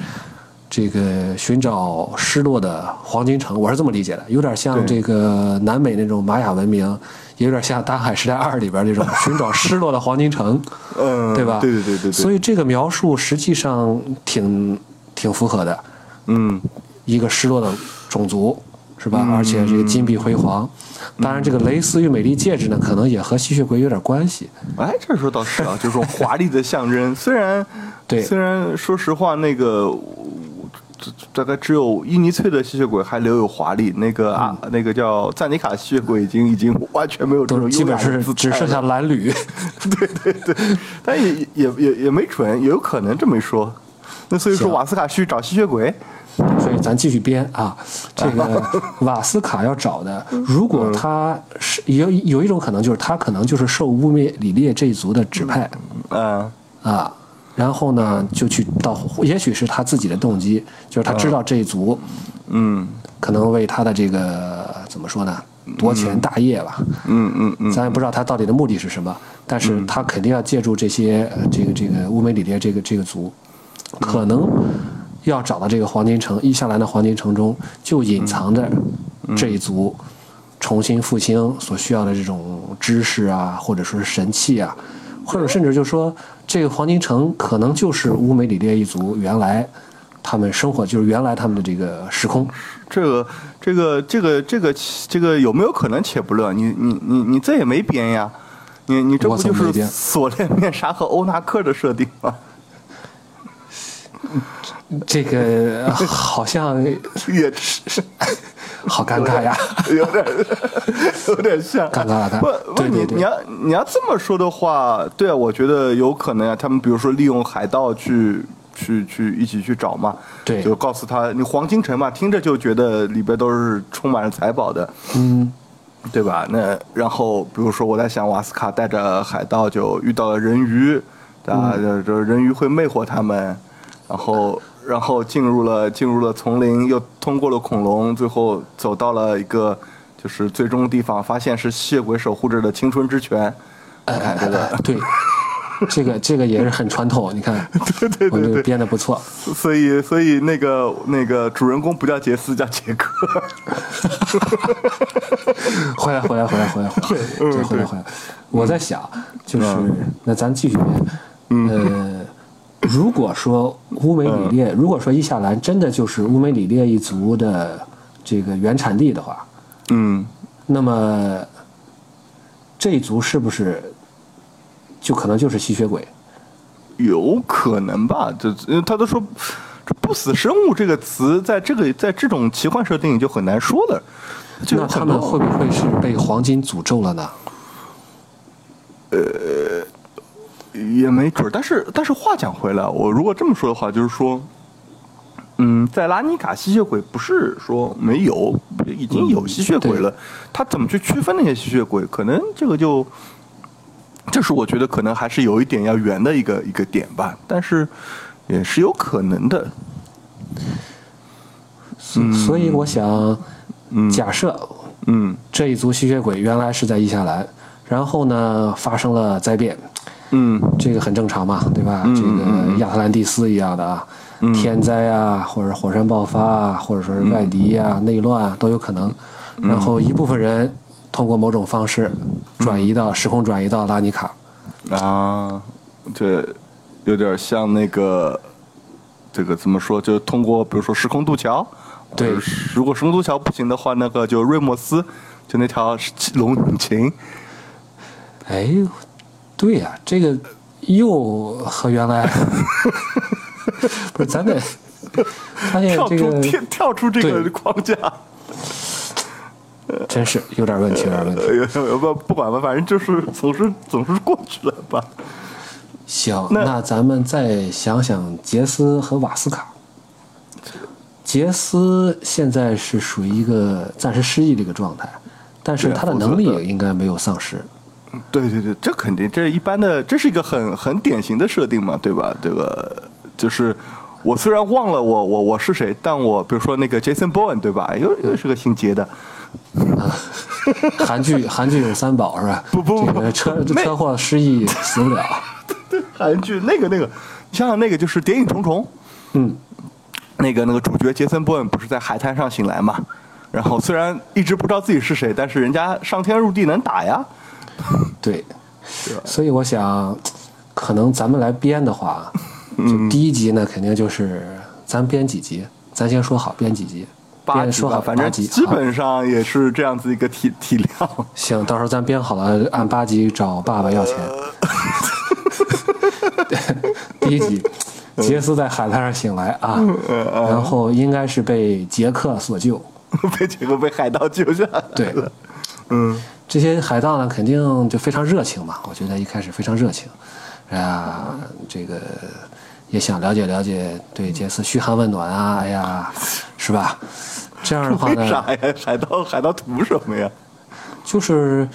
[SPEAKER 2] 这个寻找失落的黄金城，我是这么理解的，有点像
[SPEAKER 1] 对
[SPEAKER 2] 这个南美那种玛雅文明，也有点像《大海时代二》里边那种寻找失落的黄金城，
[SPEAKER 1] 嗯，
[SPEAKER 2] 对吧？
[SPEAKER 1] 对对对对对，
[SPEAKER 2] 所
[SPEAKER 1] 以
[SPEAKER 2] 以这个描述实际上挺挺符合的，
[SPEAKER 1] 嗯
[SPEAKER 2] 一个失落的种族，是吧？而且这个金碧辉煌，当然这个蕾丝与美丽戒指呢，可能也和吸血鬼有点关系。
[SPEAKER 1] 哎，这说倒是啊，就是 说华丽的象征。虽然，
[SPEAKER 2] 对
[SPEAKER 1] 虽然说实话，那个我这大概只有伊尼翠的吸血鬼还留有华丽，那个啊，那个叫赞尼卡吸血鬼已经已经完全没有这
[SPEAKER 2] 嗯都
[SPEAKER 1] 种
[SPEAKER 2] 基
[SPEAKER 1] 优雅
[SPEAKER 2] 本
[SPEAKER 1] 的
[SPEAKER 2] 是
[SPEAKER 1] 姿
[SPEAKER 2] 只
[SPEAKER 1] 态
[SPEAKER 2] 剩下
[SPEAKER 1] 了。
[SPEAKER 2] 蓝缕，
[SPEAKER 1] 对 对对，但也也也也没准，也有可能这么一说。那所以说，
[SPEAKER 2] 行
[SPEAKER 1] 瓦斯卡去找吸血鬼，
[SPEAKER 2] 所以咱继续编啊。 这个瓦斯卡要找的，
[SPEAKER 1] 嗯
[SPEAKER 2] 如果他是有有一种可能，就是他可能就是受污蔑里列这一族的指派
[SPEAKER 1] 嗯
[SPEAKER 2] 啊，然后呢就去到，也许是他自己的动机，就是他知道这一族
[SPEAKER 1] 嗯
[SPEAKER 2] 可能为他的这个怎么说呢，夺权大业吧，
[SPEAKER 1] 嗯嗯嗯，
[SPEAKER 2] 咱也不知道他到底的目的是什么，但是他肯定要借助这些呃这个这个乌梅里列这个这个族，可能要找到这个黄金城伊夏兰的黄金城中，就隐藏着
[SPEAKER 1] 嗯
[SPEAKER 2] 这一族重新复兴所需要的这种知识啊，或者说是神器啊，或者甚至就说这个黄金城可能就是乌梅里列一族原来他们生活就是原来他们的这个时空。
[SPEAKER 1] 这个这个这个这个这个有没有可能且不论？你你你你这也没编呀，你你这
[SPEAKER 2] 我
[SPEAKER 1] 不
[SPEAKER 2] 怎
[SPEAKER 1] 就
[SPEAKER 2] 么没
[SPEAKER 1] 是
[SPEAKER 2] 编
[SPEAKER 1] 锁链面纱和欧纳克的设定吗？
[SPEAKER 2] 这个呃好像
[SPEAKER 1] 也 是
[SPEAKER 2] 好尴尬哎呀。
[SPEAKER 1] 有点有点像。
[SPEAKER 2] 尴尬了尴尬
[SPEAKER 1] 不不，
[SPEAKER 2] 对对
[SPEAKER 1] 你
[SPEAKER 2] 对
[SPEAKER 1] 你要你要这么说的话，对啊，我觉得有可能啊。他们比如说利用海盗去。去去一起去找嘛，
[SPEAKER 2] 对
[SPEAKER 1] 就告诉他你黄金城嘛，听着就觉得里边都是充满了财宝的，
[SPEAKER 2] 嗯，
[SPEAKER 1] 对吧？那然后比如说我在想，瓦斯卡带着海盗就遇到了人鱼，啊，这这人鱼会魅惑他们，然后然后进入了进入了丛林，又通过了恐龙，最后走到了一个就是最终地方，发现是吸血鬼守护着的青春之泉。你看这个，
[SPEAKER 2] 呃对，这个这个也是很传统，你看，
[SPEAKER 1] 对对
[SPEAKER 2] 我
[SPEAKER 1] 对
[SPEAKER 2] 就
[SPEAKER 1] 对，
[SPEAKER 2] 编的不错。
[SPEAKER 1] 所以所以那个那个主人公不叫杰斯，叫杰克。
[SPEAKER 2] 回来，回来，回来，回来，回来，
[SPEAKER 1] 嗯
[SPEAKER 2] 对，回来，回来。我在想，就是那咱继续
[SPEAKER 1] 嗯
[SPEAKER 2] 编，呃，如果说乌梅里列，
[SPEAKER 1] 嗯
[SPEAKER 2] 如果说伊夏兰真的就是乌梅里列一族的这个原产地的话，
[SPEAKER 1] 嗯，
[SPEAKER 2] 那么这一族是不是就可能就是吸血鬼？
[SPEAKER 1] 有可能吧，就呃他都说这不死生物这个词，在这个在这种奇幻设定里就很难说了。就有
[SPEAKER 2] 那他
[SPEAKER 1] 很
[SPEAKER 2] 们
[SPEAKER 1] 多
[SPEAKER 2] 会不会是被黄金诅咒了呢？
[SPEAKER 1] 也没准儿，但是但是话讲回来，我如果这么说的话，就是说，嗯，在拉尼卡吸血鬼不是说没有，已经有吸血
[SPEAKER 2] 嗯
[SPEAKER 1] 鬼了，他怎么去区分那些吸血鬼？可能这个就，这是我觉得可能还是有一点要圆的一个一个点吧，但是也是有可能的，
[SPEAKER 2] 所所以我想，假设
[SPEAKER 1] 嗯
[SPEAKER 2] 这一族吸血鬼原来是在伊夏兰，然后呢发生了灾变，
[SPEAKER 1] 嗯
[SPEAKER 2] 这个很正常嘛，对吧？这个亚特兰蒂斯一样的啊，
[SPEAKER 1] 嗯
[SPEAKER 2] 天灾啊，或者火山爆发啊，或者说是外敌
[SPEAKER 1] 嗯
[SPEAKER 2] 啊、内乱啊都有可能。然后一部分人通过某种方式转移到时空转移到拉尼卡，
[SPEAKER 1] 啊，这有点像那个这个怎么说？就通过比如说时空渡桥，
[SPEAKER 2] 对
[SPEAKER 1] 呃如果时空渡桥不行的话，那个就瑞莫斯，就那条龙琴，
[SPEAKER 2] 哎，对呀、这个又和原来不是咱得发现
[SPEAKER 1] 跳
[SPEAKER 2] 这
[SPEAKER 1] 出
[SPEAKER 2] 个
[SPEAKER 1] 跳跳出这个
[SPEAKER 2] 对
[SPEAKER 1] 框架，
[SPEAKER 2] 真是有点问题，有点问题。
[SPEAKER 1] 呃不不管吧，反正就是总是总是过去了吧。
[SPEAKER 2] 行，
[SPEAKER 1] 那
[SPEAKER 2] 那咱们再想想杰斯和瓦斯卡。杰斯现在是属于一个暂时失忆的一个状态，但是
[SPEAKER 1] 对啊
[SPEAKER 2] 他的
[SPEAKER 1] 否则
[SPEAKER 2] 能力
[SPEAKER 1] 的
[SPEAKER 2] 应该没有丧失。
[SPEAKER 1] 对对对，这肯定，这一般的，这是一个很很典型的设定嘛，对吧？这个就是我虽然忘了我我我是谁，但我比如说那个 Jason Bourne 对吧？又又是个姓杰的，
[SPEAKER 2] 韩剧韩剧有三宝是吧？
[SPEAKER 1] 不不不
[SPEAKER 2] 这个车
[SPEAKER 1] 那
[SPEAKER 2] 车祸失忆死不了。
[SPEAKER 1] 韩剧那个那个，你想想那个就是《谍影重重》，
[SPEAKER 2] 嗯，
[SPEAKER 1] 那个那个主角杰森·波恩不是在海滩上醒来嘛？然后虽然一直不知道自己是谁，但是人家上天入地能打呀。
[SPEAKER 2] 对，所以我想，可能咱们来编 的话，
[SPEAKER 1] 嗯
[SPEAKER 2] 就第一集呢，肯定就是咱编几集，咱先说好编几集，
[SPEAKER 1] 八
[SPEAKER 2] 编
[SPEAKER 1] 集
[SPEAKER 2] 说
[SPEAKER 1] 吧，
[SPEAKER 2] 好
[SPEAKER 1] 反
[SPEAKER 2] 八
[SPEAKER 1] 正
[SPEAKER 2] 集
[SPEAKER 1] 基
[SPEAKER 2] 好
[SPEAKER 1] 本上也是这样子一个体体量。
[SPEAKER 2] 行，到时候咱编好了，按八级找爸爸要钱。第一集，杰斯在海滩上醒来啊，
[SPEAKER 1] 嗯
[SPEAKER 2] 然后应该是被杰克所救。
[SPEAKER 1] 被结果被海盗救下来了。
[SPEAKER 2] 对，
[SPEAKER 1] 嗯，
[SPEAKER 2] 这些海盗呢，肯定就非常热情嘛，我觉得一开始非常热情，啊，这个也想了解了解对杰斯嘘寒问暖啊，哎呀，是吧？这样的话
[SPEAKER 1] 为
[SPEAKER 2] 呢，
[SPEAKER 1] 啥呀？海盗海盗图什么呀？
[SPEAKER 2] 就是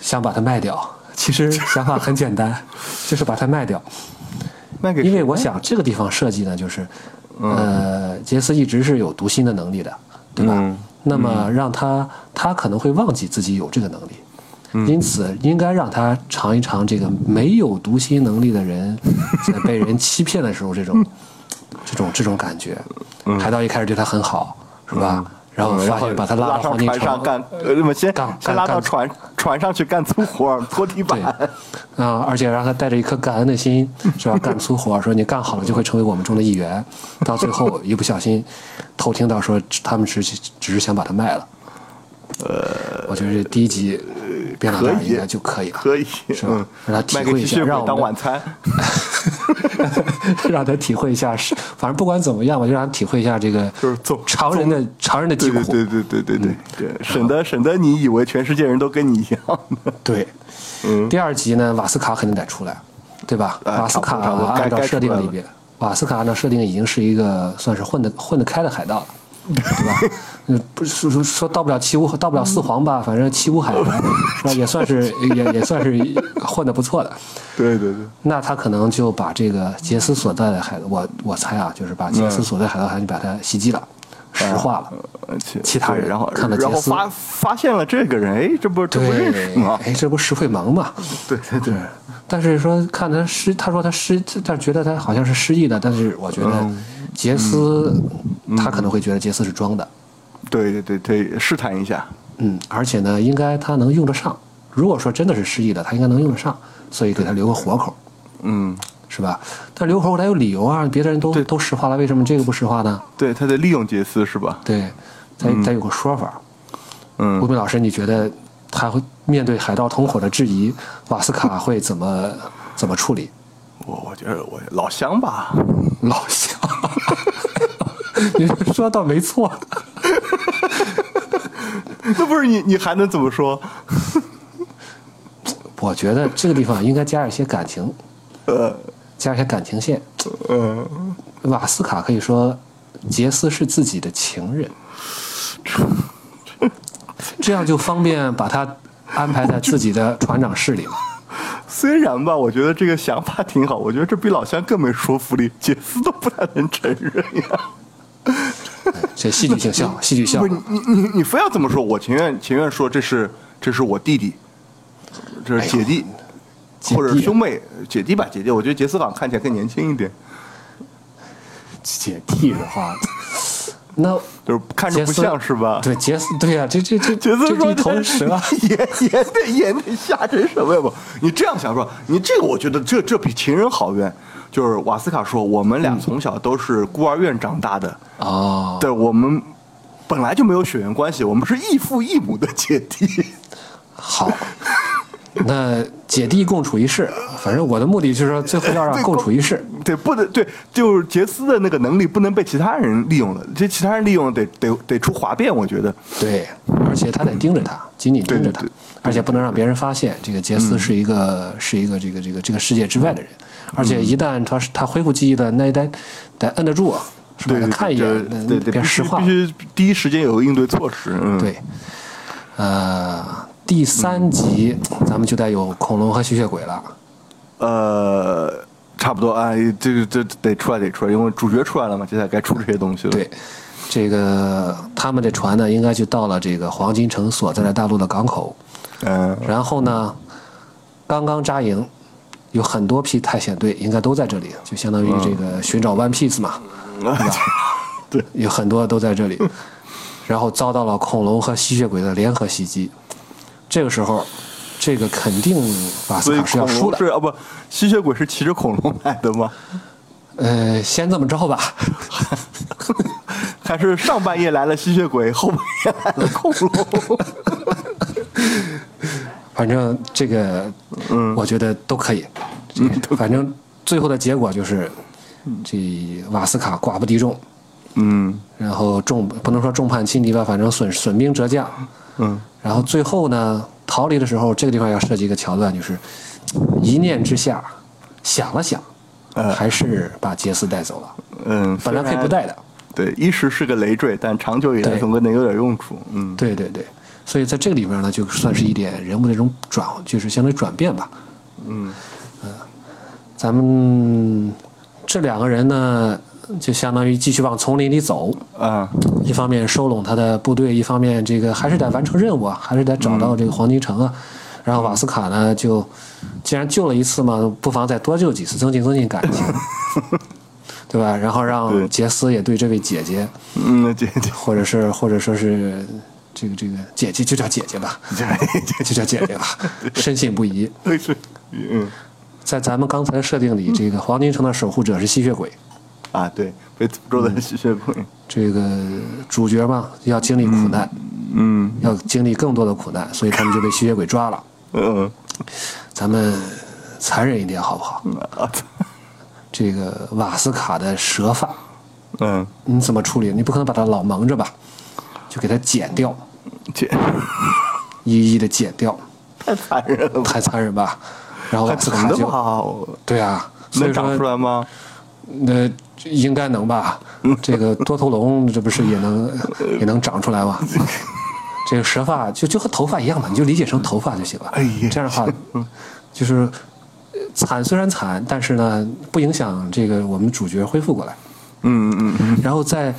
[SPEAKER 2] 想把它卖掉。其实想法很简单，就是把它卖掉。
[SPEAKER 1] 卖给
[SPEAKER 2] 因
[SPEAKER 1] 谁
[SPEAKER 2] 为我想这个地方设计呢，就是，
[SPEAKER 1] 嗯
[SPEAKER 2] 呃，杰斯一直是有读心的能力的，对吧？
[SPEAKER 1] 嗯
[SPEAKER 2] 那么让他，他可能会忘记自己有这个能力，
[SPEAKER 1] 嗯
[SPEAKER 2] 因此应该让他尝一尝这个没有读心能力的人在被人欺骗的时候 这种，这种这种感觉。海盗一开始对他很好，是吧？然后
[SPEAKER 1] 嗯
[SPEAKER 2] 发
[SPEAKER 1] 然后
[SPEAKER 2] 现把他拉到
[SPEAKER 1] 上
[SPEAKER 2] 黄金
[SPEAKER 1] 船上干，呃，那么先
[SPEAKER 2] 干
[SPEAKER 1] 先拉
[SPEAKER 2] 干
[SPEAKER 1] 到
[SPEAKER 2] 干
[SPEAKER 1] 船船上去干粗活儿，拖地
[SPEAKER 2] 对，
[SPEAKER 1] 板
[SPEAKER 2] 啊、。而且让他带着一颗感恩的心，是 吧？干粗活，说你干好了就会成为我们中的一员。到最后一不小心偷听到说他们只是只是想把它卖了。呃，我觉得这第一集编到这儿
[SPEAKER 1] 呃可以
[SPEAKER 2] 应该就可以了，
[SPEAKER 1] 可以，
[SPEAKER 2] 是吧
[SPEAKER 1] 嗯，
[SPEAKER 2] 让他体
[SPEAKER 1] 卖给
[SPEAKER 2] 会一
[SPEAKER 1] 吸
[SPEAKER 2] 下
[SPEAKER 1] 血鬼
[SPEAKER 2] 让我
[SPEAKER 1] 当
[SPEAKER 2] 们
[SPEAKER 1] 晚餐。
[SPEAKER 2] 让他体会一下是，反正不管怎么样吧，就让他体会一下这个
[SPEAKER 1] 就是总
[SPEAKER 2] 常人的常人的疾
[SPEAKER 1] 对
[SPEAKER 2] 苦。
[SPEAKER 1] 对对对对对
[SPEAKER 2] 嗯
[SPEAKER 1] 对对，省得省得你以为全世界人都跟你一样 的，
[SPEAKER 2] 对，第二集呢，瓦斯卡肯定得出来，对吧？
[SPEAKER 1] 啊
[SPEAKER 2] 瓦斯卡
[SPEAKER 1] 差不多差不多该
[SPEAKER 2] 按照设定里
[SPEAKER 1] 该出
[SPEAKER 2] 边，瓦斯卡按照设定已经是一个算是混得混得开的海盗了。对吧？嗯不是说说说到不了七五，到不了四皇吧，反正七五海南是吧？也算是也也算是混得不错的。
[SPEAKER 1] 对对对，
[SPEAKER 2] 那他可能就把这个杰斯所在的海，我我猜啊，就是把杰斯所在海盗团就把他袭击了，石化了。
[SPEAKER 1] 而且
[SPEAKER 2] 其他人
[SPEAKER 1] 对然后
[SPEAKER 2] 看到
[SPEAKER 1] 然后
[SPEAKER 2] 杰斯
[SPEAKER 1] 发发现了这个人，哎，这不这不认识
[SPEAKER 2] 对，
[SPEAKER 1] 吗？
[SPEAKER 2] 哎，这不石慧萌嘛？
[SPEAKER 1] 对对对，
[SPEAKER 2] 是但是说看他失，他说他失，但是觉得他好像是失忆的，但是我觉得
[SPEAKER 1] 嗯
[SPEAKER 2] 杰斯、他可能会觉得杰斯是装的，
[SPEAKER 1] 对对对对，试探一下，
[SPEAKER 2] 嗯，而且呢，应该他能用得上。如果说真的是失忆的，他应该能用得上，所以给他留个活口，
[SPEAKER 1] 嗯，
[SPEAKER 2] 是吧？但留活口他有理由啊，别的人都
[SPEAKER 1] 对
[SPEAKER 2] 都石化了，为什么这个不石化呢？
[SPEAKER 1] 对，他得利用杰斯是吧？
[SPEAKER 2] 对，咱咱有个说法。吴
[SPEAKER 1] 嗯，
[SPEAKER 2] 斌老师，你觉得他会面对海盗同伙的质疑，瓦斯卡会怎么怎么处理？
[SPEAKER 1] 我我觉得我老乡吧，
[SPEAKER 2] 老乡，你说倒没错，
[SPEAKER 1] 那不是你你还能怎么说？
[SPEAKER 2] 我觉得这个地方应该加一些感情，
[SPEAKER 1] 呃
[SPEAKER 2] 加一些感情线。
[SPEAKER 1] 呃，
[SPEAKER 2] 瓦斯卡可以说，杰斯是自己的情人，这样就方便把他安排在自己的船长室里了。
[SPEAKER 1] 虽然吧，我觉得这个想法挺好，我觉得这比老乡更没说服力，杰斯都不太能承认呀。
[SPEAKER 2] 这戏剧性笑，戏剧效
[SPEAKER 1] 不
[SPEAKER 2] 果
[SPEAKER 1] 是。你你你你非要这么说，我情愿情愿说这是这是我弟弟，这是姐弟、
[SPEAKER 2] 哎姐弟啊
[SPEAKER 1] 或者兄妹姐弟吧姐弟，我觉得杰斯朗看起来更年轻一点，
[SPEAKER 2] 姐弟的话，那
[SPEAKER 1] 就是看着
[SPEAKER 2] 杰
[SPEAKER 1] 不
[SPEAKER 2] 斯
[SPEAKER 1] 像是吧？
[SPEAKER 2] 对，杰斯，对呀、这这 这
[SPEAKER 1] 杰斯
[SPEAKER 2] 这啊
[SPEAKER 1] 说
[SPEAKER 2] 一头蛇，
[SPEAKER 1] 也也得也得吓成什么呀不？你这样想说，你这个我觉得这这比情人好冤。就是瓦斯卡说，我
[SPEAKER 2] 嗯
[SPEAKER 1] 们俩从小都是孤儿院长大的，
[SPEAKER 2] 哦，
[SPEAKER 1] 对我们本来就没有血缘关系，我们是异父异母的姐弟。
[SPEAKER 2] 好，那姐弟共处一室，反正我的目的就是说，最后 要让
[SPEAKER 1] 对
[SPEAKER 2] 共处一室。
[SPEAKER 1] 对，不能对，就是杰斯的那个能力不能被其他人利用了，这其他人利用得得得出哗变，我觉得。
[SPEAKER 2] 对，而且他得盯着他，紧紧盯着他
[SPEAKER 1] 对对对，嗯
[SPEAKER 2] 而且不能让别人发现这个杰斯是一个是一个这个这个这个世界之外的人，而且一旦他他恢复记忆的那一代，得摁得住啊，是吧？
[SPEAKER 1] 对，
[SPEAKER 2] 得
[SPEAKER 1] 对
[SPEAKER 2] 看一
[SPEAKER 1] 对
[SPEAKER 2] 眼，
[SPEAKER 1] 对
[SPEAKER 2] 那
[SPEAKER 1] 对，
[SPEAKER 2] 别
[SPEAKER 1] 必
[SPEAKER 2] 石
[SPEAKER 1] 须
[SPEAKER 2] 化
[SPEAKER 1] 必。须第一时间有个应对措施。嗯，，
[SPEAKER 2] 对，呃，第三集咱们就得有恐龙和吸血鬼了。
[SPEAKER 1] 呃，差不多啊，哎这个这得出来得出来，因为主角出来了嘛，接下来该出这些东西了。
[SPEAKER 2] 对，这个他们的船呢，应该就到了这个黄金城所在的大陆的港口，
[SPEAKER 1] 嗯，
[SPEAKER 2] 然后呢，刚刚扎营，有很多批探险队应该都在这里，就相当于这个寻找 One Piece 嘛，
[SPEAKER 1] 嗯 对，嗯
[SPEAKER 2] 有很多都在这里， 然后遭到了恐龙和吸血鬼的联合袭击，这个时候。这个肯定瓦斯
[SPEAKER 1] 所以
[SPEAKER 2] 卡是要
[SPEAKER 1] 恐
[SPEAKER 2] 输
[SPEAKER 1] 龙是
[SPEAKER 2] 的。
[SPEAKER 1] 啊不，吸血鬼是骑着恐龙来的吗？
[SPEAKER 2] 呃，先这么着吧，
[SPEAKER 1] 还是上半夜来了吸血鬼，后半夜来了恐 龙？
[SPEAKER 2] 反正这个，嗯，我觉得都可以。嗯，反正最后的结果就是，这瓦斯卡寡不敌众，
[SPEAKER 1] 嗯
[SPEAKER 2] 然后众不能说众叛亲离吧，反正损损兵折将。
[SPEAKER 1] 嗯，
[SPEAKER 2] 然后最后呢，逃离的时候，这个地方要设计一个桥段，就是一念之下，想了想，还是把杰斯带走了。
[SPEAKER 1] 嗯，
[SPEAKER 2] 本来可以不
[SPEAKER 1] 带。
[SPEAKER 2] 带的，
[SPEAKER 1] 对，一时是个累赘，但长久以来
[SPEAKER 2] 对
[SPEAKER 1] 总归能有点用处。嗯，
[SPEAKER 2] 对对对。所以在这里边呢，就算是一点人物的这种转，就是相对转变吧。呃
[SPEAKER 1] 嗯
[SPEAKER 2] 咱们这两个人呢，就相当于继续往丛林里走，
[SPEAKER 1] 啊，
[SPEAKER 2] 一方面收拢他的部队，一方面这个还是得完成任务啊，还是得找到这个黄金城啊。然后瓦斯卡呢，就既然救了一次嘛，不妨再多救几次，增进增进感 情，对吧？然后让
[SPEAKER 1] 对
[SPEAKER 2] 杰斯也对这位姐姐，
[SPEAKER 1] 嗯，姐姐，
[SPEAKER 2] 或者是或者说是这个这个姐姐，就叫姐姐吧，
[SPEAKER 1] 姐姐，
[SPEAKER 2] 就叫姐姐吧， 深信不疑。
[SPEAKER 1] 对是，嗯
[SPEAKER 2] 在咱们刚才的设定里，这个黄金城的守护者是吸血鬼，
[SPEAKER 1] 啊，对，被诅咒
[SPEAKER 2] 嗯
[SPEAKER 1] 的吸血鬼，
[SPEAKER 2] 这个主角嘛要经历苦难，
[SPEAKER 1] 嗯
[SPEAKER 2] 要经历更多的苦难，所以他们就被吸血鬼抓了。
[SPEAKER 1] 嗯
[SPEAKER 2] 咱们残忍一点好不好？
[SPEAKER 1] 啊，
[SPEAKER 2] 这个瓦斯卡的蛇发
[SPEAKER 1] 嗯，
[SPEAKER 2] 你怎么处理？你不可能把它老蒙着吧？就给它剪掉，
[SPEAKER 1] 姐
[SPEAKER 2] 一一的剪掉，
[SPEAKER 1] 太残忍 了吧，
[SPEAKER 2] 太残忍吧？然后
[SPEAKER 1] 还
[SPEAKER 2] 瓦斯卡
[SPEAKER 1] 疼的
[SPEAKER 2] 就
[SPEAKER 1] 吧？
[SPEAKER 2] 对啊，所
[SPEAKER 1] 能
[SPEAKER 2] 以
[SPEAKER 1] 长出
[SPEAKER 2] 说
[SPEAKER 1] 来吗？
[SPEAKER 2] 那应该能吧？这个多头龙这不是也 能也能长出来吗？这个蛇发就就和头发一样嘛，你就理解成头发就行了。
[SPEAKER 1] 哎呀
[SPEAKER 2] 这样的话，就是呃惨虽然惨，但是呢不影响这个我们主角恢复过来。
[SPEAKER 1] 嗯嗯嗯
[SPEAKER 2] 然后在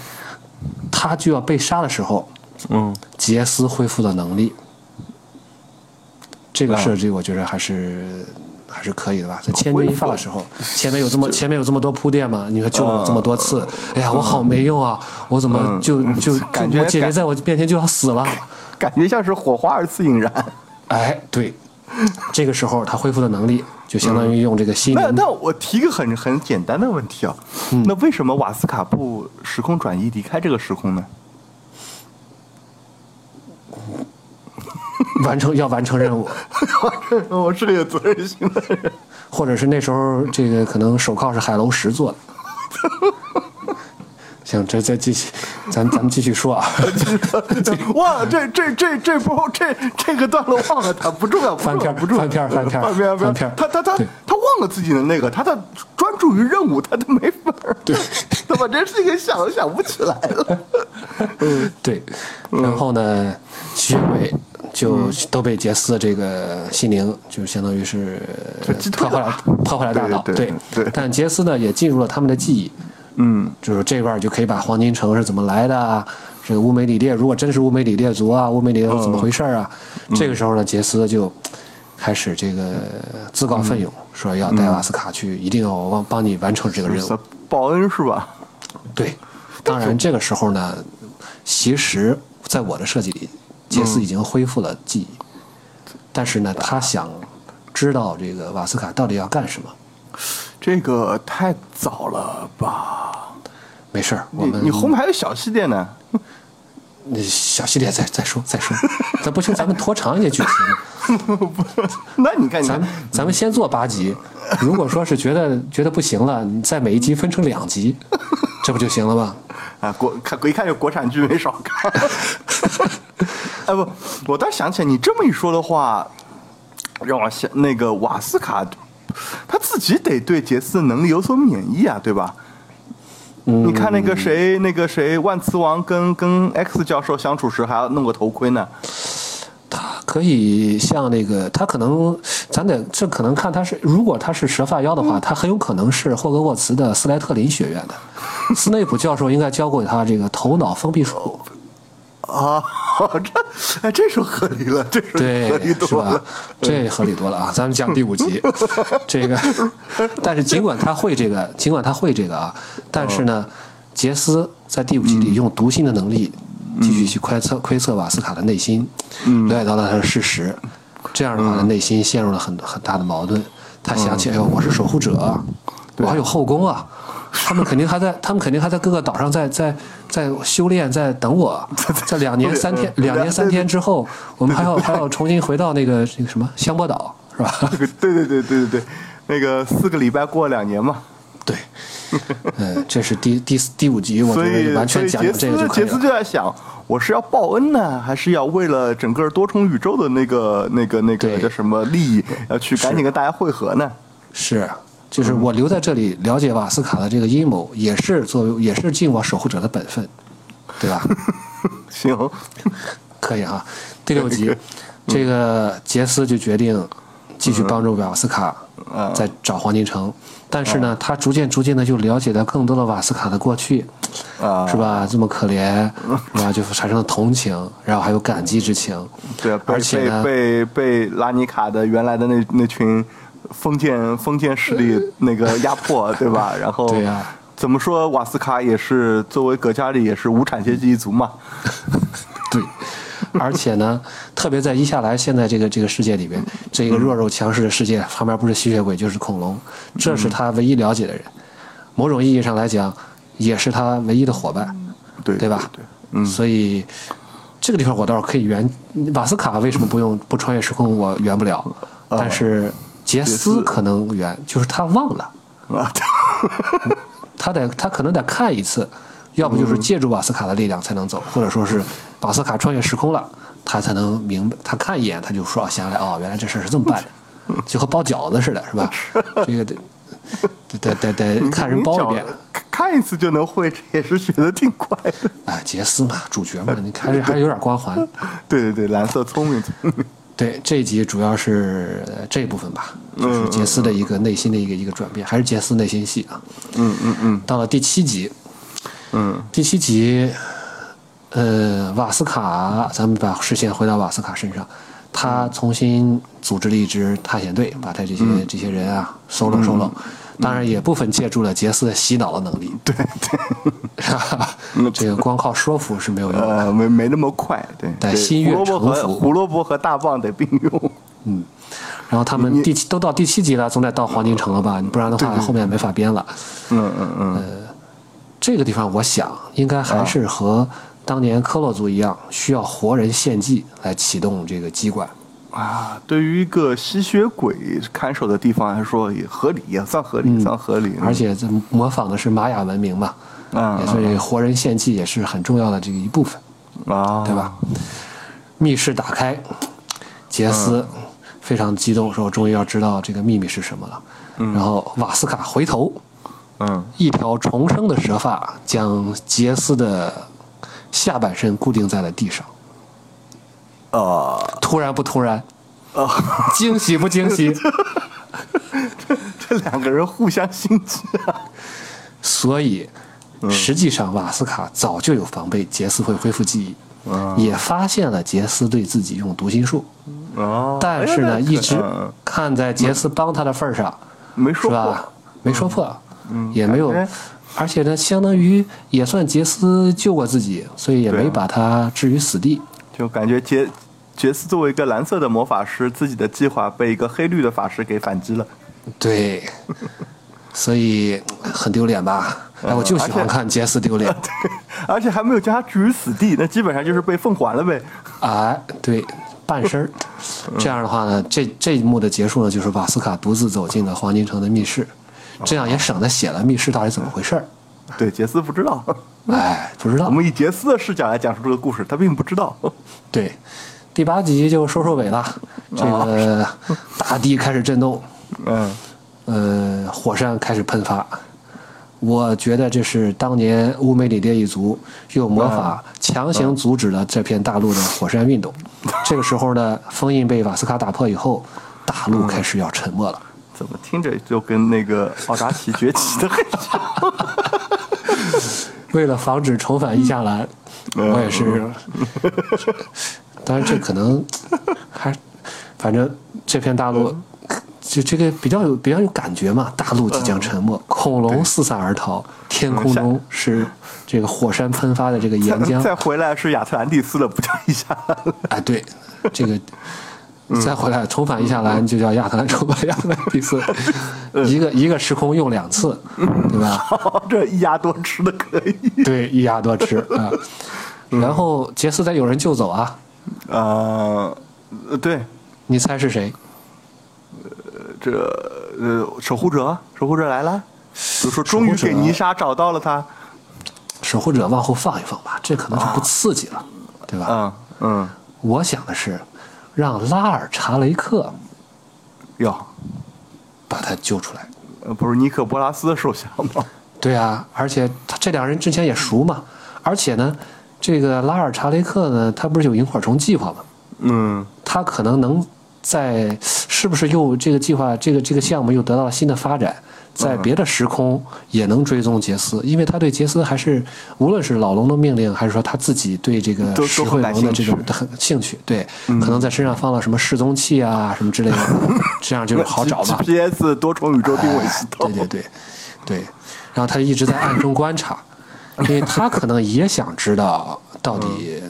[SPEAKER 2] 他就要被杀的时候，
[SPEAKER 1] 嗯，
[SPEAKER 2] 杰斯恢复了能力。这个
[SPEAKER 1] 啊
[SPEAKER 2] 设计我觉得还是还是可以的吧？在千钧一发的时候，前面有这么前面有这么多铺垫嘛？你看救了我这么多次，哎呀，我好没用啊！我怎么就就就
[SPEAKER 1] 啊嗯感觉
[SPEAKER 2] 我姐姐
[SPEAKER 1] 感
[SPEAKER 2] 在我面前就要死 了？
[SPEAKER 1] 感觉像是火花二次引燃。
[SPEAKER 2] 哎，对，这个时候他恢复的能力就相当于用这个心
[SPEAKER 1] 嗯那
[SPEAKER 2] 灵
[SPEAKER 1] 那我提一个很很简单的问题啊，那为什么瓦斯卡布时空转移离开这个时空呢？
[SPEAKER 2] 完成要完成任务，
[SPEAKER 1] 我是个有责任心的 人。
[SPEAKER 2] 或者是那时候这个可能手铐是海楼石做的。 行，这再继续，咱咱们继续说啊。
[SPEAKER 1] 哇，这这这这波这这个段落忘了他不重要，不
[SPEAKER 2] 翻
[SPEAKER 1] 重要，
[SPEAKER 2] 篇
[SPEAKER 1] 不重要，
[SPEAKER 2] 翻篇翻
[SPEAKER 1] 翻
[SPEAKER 2] 篇
[SPEAKER 1] 篇，
[SPEAKER 2] 翻篇
[SPEAKER 1] 他他他
[SPEAKER 2] 对
[SPEAKER 1] 他忘了自己的那个，他他专注于任务，他都没法儿，对， 他把这事情想都想不起来了。
[SPEAKER 2] 对，然后呢，吸血鬼就都被杰斯这个心灵就相当于是
[SPEAKER 1] 就击退
[SPEAKER 2] 破坏
[SPEAKER 1] 了
[SPEAKER 2] 了破坏了大脑，
[SPEAKER 1] 对对对对
[SPEAKER 2] 但杰斯呢也进入了他们的记忆，
[SPEAKER 1] 嗯，
[SPEAKER 2] 就是这块儿就可以把黄金城是怎么来的啊，这个乌梅里列如果真是乌梅里列族啊，乌梅里列族怎么回事儿啊？
[SPEAKER 1] 哦嗯
[SPEAKER 2] 这个时候呢，杰斯就开始这个自告奋勇，
[SPEAKER 1] 嗯
[SPEAKER 2] 说要带瓦斯卡去，一定要帮帮你完成这个任务。
[SPEAKER 1] 报恩是吧？
[SPEAKER 2] 对，当然这个时候呢，其实在我的设计里，杰斯已经恢复了记忆，但是呢，他想知道这个瓦斯卡到底要干什么。
[SPEAKER 1] 这个太早了吧？
[SPEAKER 2] 没事儿，我
[SPEAKER 1] 你你
[SPEAKER 2] 们
[SPEAKER 1] 后面还有小系列 呢，
[SPEAKER 2] 小系列再再说 再说，咱不行，咱们拖长一些剧情嘛。
[SPEAKER 1] 那你看你看
[SPEAKER 2] 咱们咱们先做八集，如果说是觉得觉得不行了，你再每一集分成两集，这不就行了吗？
[SPEAKER 1] 啊，国看一看就国产剧没少看。 哎不，我倒想起来，你这么一说的话，让我想那个瓦斯卡，他自己得对杰斯的能力有所免疫啊，对吧？你看那
[SPEAKER 2] 嗯
[SPEAKER 1] 个谁，那个谁，万磁王跟跟 X 教授相处时还要弄个头盔呢，
[SPEAKER 2] 他可以像那个，他可能，咱得这可能看他是，如果他是蛇发妖的话，他很有可能是霍格沃茨的斯莱特林学院的。斯内普教授应该教过他这个头脑封闭术，
[SPEAKER 1] 啊，这哎这时候合理了，这时候合
[SPEAKER 2] 对
[SPEAKER 1] 理，
[SPEAKER 2] 是
[SPEAKER 1] 多
[SPEAKER 2] 吧
[SPEAKER 1] 了。？
[SPEAKER 2] 这合理多了啊！咱们讲第五集，这个，但是尽管他会这个，尽管他会这个啊，但是
[SPEAKER 1] 哦
[SPEAKER 2] 呢，杰斯在第五集
[SPEAKER 1] 嗯
[SPEAKER 2] 里用读心的能力继续去窥测窥测瓦斯卡的内心，
[SPEAKER 1] 嗯
[SPEAKER 2] 了解到了他的事实，这样的话呢，内心陷入了很很大的矛盾。他
[SPEAKER 1] 嗯
[SPEAKER 2] 想起，哎呦，我是守护者啊，我还有后 宫啊。他们肯定还在，他们肯定还在各个岛上在在在修炼，在 等我，在两年三天，两年三天之后，我们还要 还要重新回到那个那个什么香波岛，是吧？
[SPEAKER 1] 这个对对对对对对，那个四个礼拜过两年嘛，
[SPEAKER 2] 对，嗯，这是第第第五集，我觉
[SPEAKER 1] 所以，
[SPEAKER 2] 得完全讲
[SPEAKER 1] 所以
[SPEAKER 2] 讲这个就可以
[SPEAKER 1] 杰斯杰斯
[SPEAKER 2] 了。
[SPEAKER 1] 就在想，我是要报恩呢，还是要为了整个多重宇宙的那个、那个、那个
[SPEAKER 2] 对
[SPEAKER 1] 叫什么利益，要去赶紧跟大家会合呢？
[SPEAKER 2] 是，就是我留在这里了解瓦斯卡的这个阴谋，也是作为也是尽我守护者的本分，对吧？
[SPEAKER 1] 行，
[SPEAKER 2] 可以啊，第六
[SPEAKER 1] 嗯
[SPEAKER 2] 集，这个杰斯就决定继续帮助瓦斯卡
[SPEAKER 1] 嗯
[SPEAKER 2] 在找黄金城，但是呢，他逐渐逐渐的就了解到更多的瓦斯卡的过去，
[SPEAKER 1] 啊
[SPEAKER 2] 是吧？这么可怜，是吧？就产生了同情，然后还有感激之情。
[SPEAKER 1] 对，被
[SPEAKER 2] 而且
[SPEAKER 1] 被
[SPEAKER 2] 呢
[SPEAKER 1] 被被拉尼卡的原来的那那群封建封建势力 那个压迫，对吧？然后
[SPEAKER 2] 对啊呀
[SPEAKER 1] 怎么说，瓦斯卡也是作为葛加里也是无产阶级一族嘛，
[SPEAKER 2] 对，而且呢，特别在伊夏莱现在这个这个世界里边，这个弱肉强食的世界，旁边不是吸血鬼就是恐龙，这是他唯一了解的人，某种意义上来讲，也是他唯一的伙伴，
[SPEAKER 1] 对
[SPEAKER 2] 对吧？
[SPEAKER 1] 对，
[SPEAKER 2] 嗯，所以。这个地方我倒是可以圆，瓦斯卡为什么不用不穿越时空？我圆不了，但是嗯呃杰斯可能圆，就是他忘了，
[SPEAKER 1] 对 啊，
[SPEAKER 2] 他得他可能得看一次，要不
[SPEAKER 1] 嗯
[SPEAKER 2] 就是借助瓦斯卡的力量才能走，或者说是瓦斯卡穿越时空了，他才能明白。他看一眼他就说想起来哦，原来这事儿是这么办的，就和包饺子似的，是吧？这个得得得得得看人
[SPEAKER 1] 你
[SPEAKER 2] 包
[SPEAKER 1] 讲
[SPEAKER 2] 一遍。
[SPEAKER 1] 看看一次就能会，这也是学的挺快的。
[SPEAKER 2] 哎，杰斯嘛，主角嘛，你还是还是有点光环。
[SPEAKER 1] 对对对，蓝色聪明聪明。
[SPEAKER 2] 对，这一集主要是呃这一部分吧，
[SPEAKER 1] 嗯
[SPEAKER 2] 就是杰斯的一个内心的一个一个转变，还是杰斯内心戏啊。
[SPEAKER 1] 嗯嗯嗯
[SPEAKER 2] 到了第七集，
[SPEAKER 1] 嗯
[SPEAKER 2] 第七集，呃，瓦斯卡，咱们把视线回到瓦斯卡身上，他
[SPEAKER 1] 嗯
[SPEAKER 2] 重新组织了一支探险队，把他这些、这些人啊收拢收拢。
[SPEAKER 1] 嗯
[SPEAKER 2] 当然也部分借助了杰斯洗脑的能力，对对，是吧？
[SPEAKER 1] 嗯
[SPEAKER 2] 这个光靠说服是没有用的。
[SPEAKER 1] 呃，没没那么快，对。
[SPEAKER 2] 对
[SPEAKER 1] 对
[SPEAKER 2] 心
[SPEAKER 1] 胡
[SPEAKER 2] 悦
[SPEAKER 1] 萝卜和
[SPEAKER 2] 诚服
[SPEAKER 1] 胡萝卜和大棒得并用。
[SPEAKER 2] 然后他们第七都到第七集了，总得到黄金城了吧？你不然的话，后面没法编了。
[SPEAKER 1] 嗯嗯嗯，
[SPEAKER 2] 这个地方，我想应该还是和当年科洛族一样，需要活人献祭来启动这个机关。
[SPEAKER 1] 啊，对于一个吸血鬼看守的地方来说，也合理，也算合理，算合理。
[SPEAKER 2] 嗯而且这模仿的是玛雅文明嘛，
[SPEAKER 1] 嗯，
[SPEAKER 2] 也所以活人献祭也是很重要的这个一部分，
[SPEAKER 1] 嗯啊，
[SPEAKER 2] 对？吧？密室打开，杰斯非常激动，说：“我终于要知道这个秘密是什么了。”然后瓦斯卡回头，
[SPEAKER 1] 嗯，
[SPEAKER 2] 一条重生的蛇发将杰斯的下半身固定在了地上。
[SPEAKER 1] 呃，
[SPEAKER 2] 突然不突然？
[SPEAKER 1] 啊
[SPEAKER 2] 惊喜不 惊喜？
[SPEAKER 1] 这两个人互相心机啊。
[SPEAKER 2] 所以，
[SPEAKER 1] 嗯
[SPEAKER 2] 实际上瓦斯卡早就有防备，杰斯会恢复记忆，
[SPEAKER 1] 嗯
[SPEAKER 2] 也发现了杰斯对自己用读心术，
[SPEAKER 1] 哦，
[SPEAKER 2] 但是
[SPEAKER 1] 哎
[SPEAKER 2] 呢，
[SPEAKER 1] 呀那
[SPEAKER 2] 一
[SPEAKER 1] 可
[SPEAKER 2] 直
[SPEAKER 1] 嗯
[SPEAKER 2] 看在杰斯帮他的份儿上，
[SPEAKER 1] 没
[SPEAKER 2] 是
[SPEAKER 1] 说
[SPEAKER 2] 吧
[SPEAKER 1] 过。？
[SPEAKER 2] 没说破，也没有
[SPEAKER 1] 感觉，
[SPEAKER 2] 而且呢，相当于也算杰斯救过自己，所以也
[SPEAKER 1] 对啊
[SPEAKER 2] 没把他置于死地。
[SPEAKER 1] 就感觉杰杰斯作为一个蓝色的魔法师，自己的计划被一个黑绿的法师给反击了。
[SPEAKER 2] 对，所以很丢脸吧？哎，我就喜欢
[SPEAKER 1] 嗯而且
[SPEAKER 2] 看杰斯丢脸。
[SPEAKER 1] 而且还没有将他置于死地，那基本上就是被奉还了呗。
[SPEAKER 2] 哎，对，半身儿。这样的话
[SPEAKER 1] 嗯
[SPEAKER 2] 呢，这这一幕的结束呢，就是瓦斯卡独自走进了黄金城的密室，
[SPEAKER 1] 哦
[SPEAKER 2] 这样也省得写了密室到底怎么回事儿。
[SPEAKER 1] 对，杰斯不知道。
[SPEAKER 2] 哎，不
[SPEAKER 1] 嗯
[SPEAKER 2] 知
[SPEAKER 1] 我
[SPEAKER 2] 道。
[SPEAKER 1] 们以杰斯的视角来讲述这个故事，他并不知
[SPEAKER 2] 嗯
[SPEAKER 1] 道。
[SPEAKER 2] 对，第八集就收收尾了。这个
[SPEAKER 1] 哦
[SPEAKER 2] 大地开始震动，
[SPEAKER 1] 嗯，
[SPEAKER 2] 呃，火山开始喷发。我觉得这是当年乌梅里烈一族用魔法强行阻止了这片大陆的火山运动。这个时候呢，封印被瓦斯卡打破以后，大陆开始要沉没了。
[SPEAKER 1] 怎么听着就跟那个奥扎奇崛起的很像？
[SPEAKER 2] 为了防止重返伊夏兰，我也是，当然这可能还，反正这片大陆，就这个比较有比较有感觉嘛，大陆即将沉没，恐龙四散而逃，天空中是这个火山喷发的这个岩
[SPEAKER 1] 再
[SPEAKER 2] 浆，
[SPEAKER 1] 再回来是亚特兰蒂斯了，不叫一下。
[SPEAKER 2] 哎，对，这个。再回来重返伊夏兰就叫亚特兰重返亚特兰蒂斯，一个一个时空用两次，对吧？
[SPEAKER 1] 这一鸭多吃的可以
[SPEAKER 2] 对，一鸭多吃啊。然后杰斯在有人救走啊，
[SPEAKER 1] 啊、呃，对，
[SPEAKER 2] 你猜是谁？
[SPEAKER 1] 这呃，守护者，守护者来了，就说终于
[SPEAKER 2] 守护者
[SPEAKER 1] 给泥沙找到了他。
[SPEAKER 2] 守护者往后放一放吧，这可能是不刺激了，对吧？
[SPEAKER 1] 嗯嗯，
[SPEAKER 2] 我想的是，让拉尔查雷克
[SPEAKER 1] 哟，
[SPEAKER 2] 把他救出来。
[SPEAKER 1] 呃不是尼克波拉斯手下吗？
[SPEAKER 2] 对啊，而且他这两人之前也熟嘛，而且呢，这个拉尔查雷克呢，他不是有萤火虫计划吗？
[SPEAKER 1] 嗯，
[SPEAKER 2] 他可能能在是不是又这个计划这个这个项目又得到了新的发展，在别的时空也能追踪杰斯，因为他对杰斯还是无论是老龙的命令，还是说他自己对这个
[SPEAKER 1] 都
[SPEAKER 2] 石
[SPEAKER 1] 都很
[SPEAKER 2] 慧
[SPEAKER 1] 感
[SPEAKER 2] 龙的这
[SPEAKER 1] 兴
[SPEAKER 2] 种
[SPEAKER 1] 趣嗯
[SPEAKER 2] 很兴趣，对，可能在身上放了什么示踪器啊什么 之类的，这样就好找嘛。
[SPEAKER 1] GPS 多重宇宙定位系
[SPEAKER 2] 对
[SPEAKER 1] 统。
[SPEAKER 2] 对对，对，然后他一直在暗中观察，因为他可能也想知道到底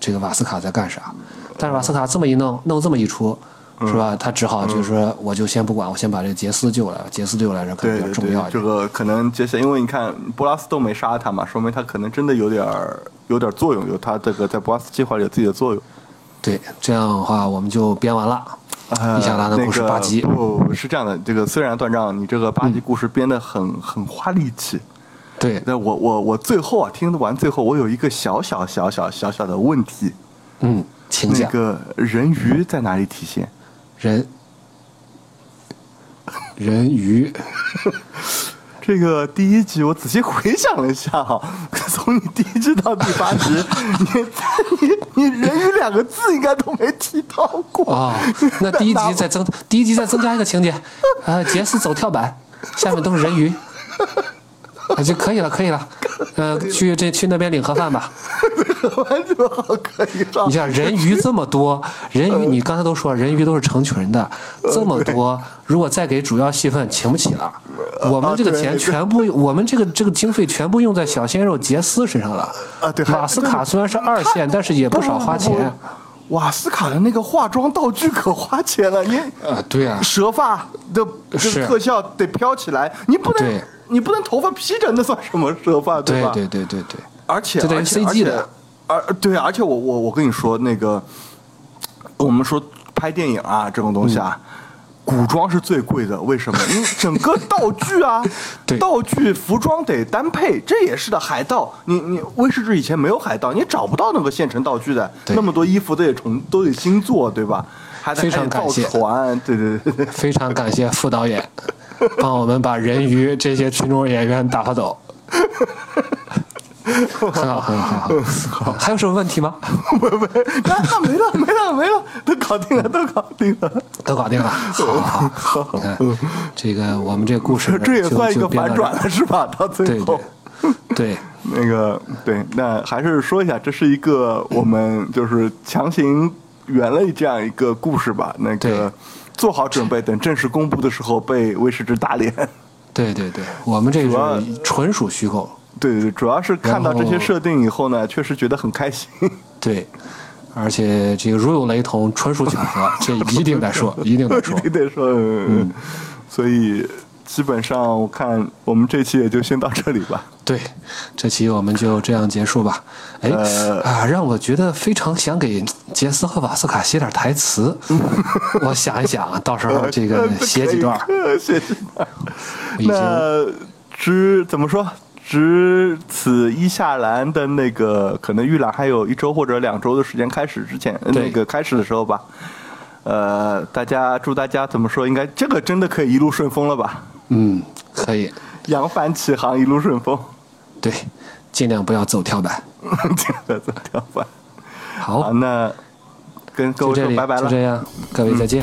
[SPEAKER 2] 这个瓦斯卡在干啥，但是瓦斯卡这么一弄，弄这么一出，
[SPEAKER 1] 嗯
[SPEAKER 2] 是吧？他只好就是说，我就先不管，我先把这个杰斯救来，杰斯对我来说可能
[SPEAKER 1] 对
[SPEAKER 2] 比较
[SPEAKER 1] 对
[SPEAKER 2] 重要
[SPEAKER 1] 对，
[SPEAKER 2] 一
[SPEAKER 1] 这
[SPEAKER 2] 点。
[SPEAKER 1] 个可能杰森，因为你看波拉斯都没杀他嘛，说明他可能真的有点儿有点儿作用，有他这个在波拉斯计划里有自己的 作用。
[SPEAKER 2] 对，这样的话我们就编完了。
[SPEAKER 1] 呃
[SPEAKER 2] 伊夏兰的故事八集，
[SPEAKER 1] 那个不不不是这样的，这个虽然断章，你这个八集故事编得很、很花力气，
[SPEAKER 2] 对，
[SPEAKER 1] 但我我我最后啊听完最后，我有一个小小小小小小的问题，
[SPEAKER 2] 嗯，请
[SPEAKER 1] 那
[SPEAKER 2] 讲
[SPEAKER 1] 个人鱼在哪里体现？
[SPEAKER 2] 人。人鱼，
[SPEAKER 1] 这个第一集我仔细回想了一下哈、 从你第一集到第八集，你你你“人鱼”两个字应该都没提到过
[SPEAKER 2] 哦， 那第一集再增，第一集再增加一个情节，啊呃，杰斯走跳板，下面都是人鱼，啊，就可以了，可以了，呃，去这去那边领盒饭吧。
[SPEAKER 1] 完全好可以上
[SPEAKER 2] 你。想人鱼这么多，人鱼你刚才都说了，人鱼都是成群的，
[SPEAKER 1] 嗯
[SPEAKER 2] 这么多，如果再给主要戏份，请不起了。我们这个
[SPEAKER 1] 嗯啊对
[SPEAKER 2] 钱
[SPEAKER 1] 对
[SPEAKER 2] 全部，我们这个这个经费全部用在小鲜肉杰斯身上了。
[SPEAKER 1] 啊对还
[SPEAKER 2] 马斯卡虽然是二线，但是也不少花钱。
[SPEAKER 1] 瓦斯卡的那个化妆道具可花钱了，你
[SPEAKER 2] 啊，对啊，
[SPEAKER 1] 蛇发的这
[SPEAKER 2] 是
[SPEAKER 1] 个特效得飘起来，你不能
[SPEAKER 2] 对
[SPEAKER 1] 你不能头发披着，那算什么蛇发
[SPEAKER 2] 对
[SPEAKER 1] 吧？
[SPEAKER 2] 对对对对，
[SPEAKER 1] 而且
[SPEAKER 2] 这等于
[SPEAKER 1] 而且
[SPEAKER 2] CG 的
[SPEAKER 1] 而且而对，而且我我我跟你说那个，我们说拍电影啊这种东西
[SPEAKER 2] 嗯
[SPEAKER 1] 啊。古装是最贵的，为什么？因为整个道具啊
[SPEAKER 2] 对，
[SPEAKER 1] 道具、服装得单配，这也是的。海盗，你你威士忌以前没有海盗，你也找不到那个现成道具的，
[SPEAKER 2] 对
[SPEAKER 1] 那么多衣服都得重都得新做，对吧？还得
[SPEAKER 2] 非常
[SPEAKER 1] 还得造
[SPEAKER 2] 感谢
[SPEAKER 1] 船，对对对 对。
[SPEAKER 2] 非常感谢副 导演，帮我们把人鱼这些群众演员打发走。很好，很好，很好。还有什么问题吗？
[SPEAKER 1] 不不，那那没了没了没了，都搞定了，都搞定了。
[SPEAKER 2] 都搞定了，好好好，你看这个我们这故事
[SPEAKER 1] 这 这也
[SPEAKER 2] 就
[SPEAKER 1] 算一
[SPEAKER 2] 就
[SPEAKER 1] 个
[SPEAKER 2] 编到
[SPEAKER 1] 反转
[SPEAKER 2] 这儿
[SPEAKER 1] 了，是吧？到最
[SPEAKER 2] 对
[SPEAKER 1] 后
[SPEAKER 2] 对，对，
[SPEAKER 1] 那个对，那还是说一下，这是一个我们就是强行圆了这样一个故事吧。那
[SPEAKER 2] 对
[SPEAKER 1] 个做好准备，等正式公布的时候被威士忌打脸。
[SPEAKER 2] 对对对，我们这
[SPEAKER 1] 主要
[SPEAKER 2] 个是纯属虚构，
[SPEAKER 1] 对对对，主要是看到
[SPEAKER 2] 然后
[SPEAKER 1] 这些设定以后呢，确实觉得很开心。
[SPEAKER 2] 对，而且这个如有雷同，纯属巧合，这一定得说，一定得说
[SPEAKER 1] 一，定得说，嗯，所以基本上我看我们这期也就先到这里吧。
[SPEAKER 2] 对，这期我们就这样结束吧。哎
[SPEAKER 1] 呃
[SPEAKER 2] 啊，让我觉得非常想给杰斯和瓦斯卡写点 台词，我想一想，啊到时候这个
[SPEAKER 1] 呃可以
[SPEAKER 2] 写几段儿，，
[SPEAKER 1] 写几 段儿。
[SPEAKER 2] 已经
[SPEAKER 1] 那之怎么说？值此伊夏兰的那个可能预览还有一周或者两周的时间开始之前，呃
[SPEAKER 2] 对
[SPEAKER 1] 那个开始的时候吧。呃，大家祝大家怎么说？应该这个真的可以一路顺风了吧？
[SPEAKER 2] 嗯可以，
[SPEAKER 1] 扬帆起航，一路顺风。
[SPEAKER 2] 对，尽量不要走跳板。
[SPEAKER 1] 这个怎么样吧？
[SPEAKER 2] 好
[SPEAKER 1] 好，，那跟各
[SPEAKER 2] 就
[SPEAKER 1] 位
[SPEAKER 2] 这
[SPEAKER 1] 说
[SPEAKER 2] 里，
[SPEAKER 1] 拜拜
[SPEAKER 2] 就
[SPEAKER 1] 了
[SPEAKER 2] 这。样，各位再见。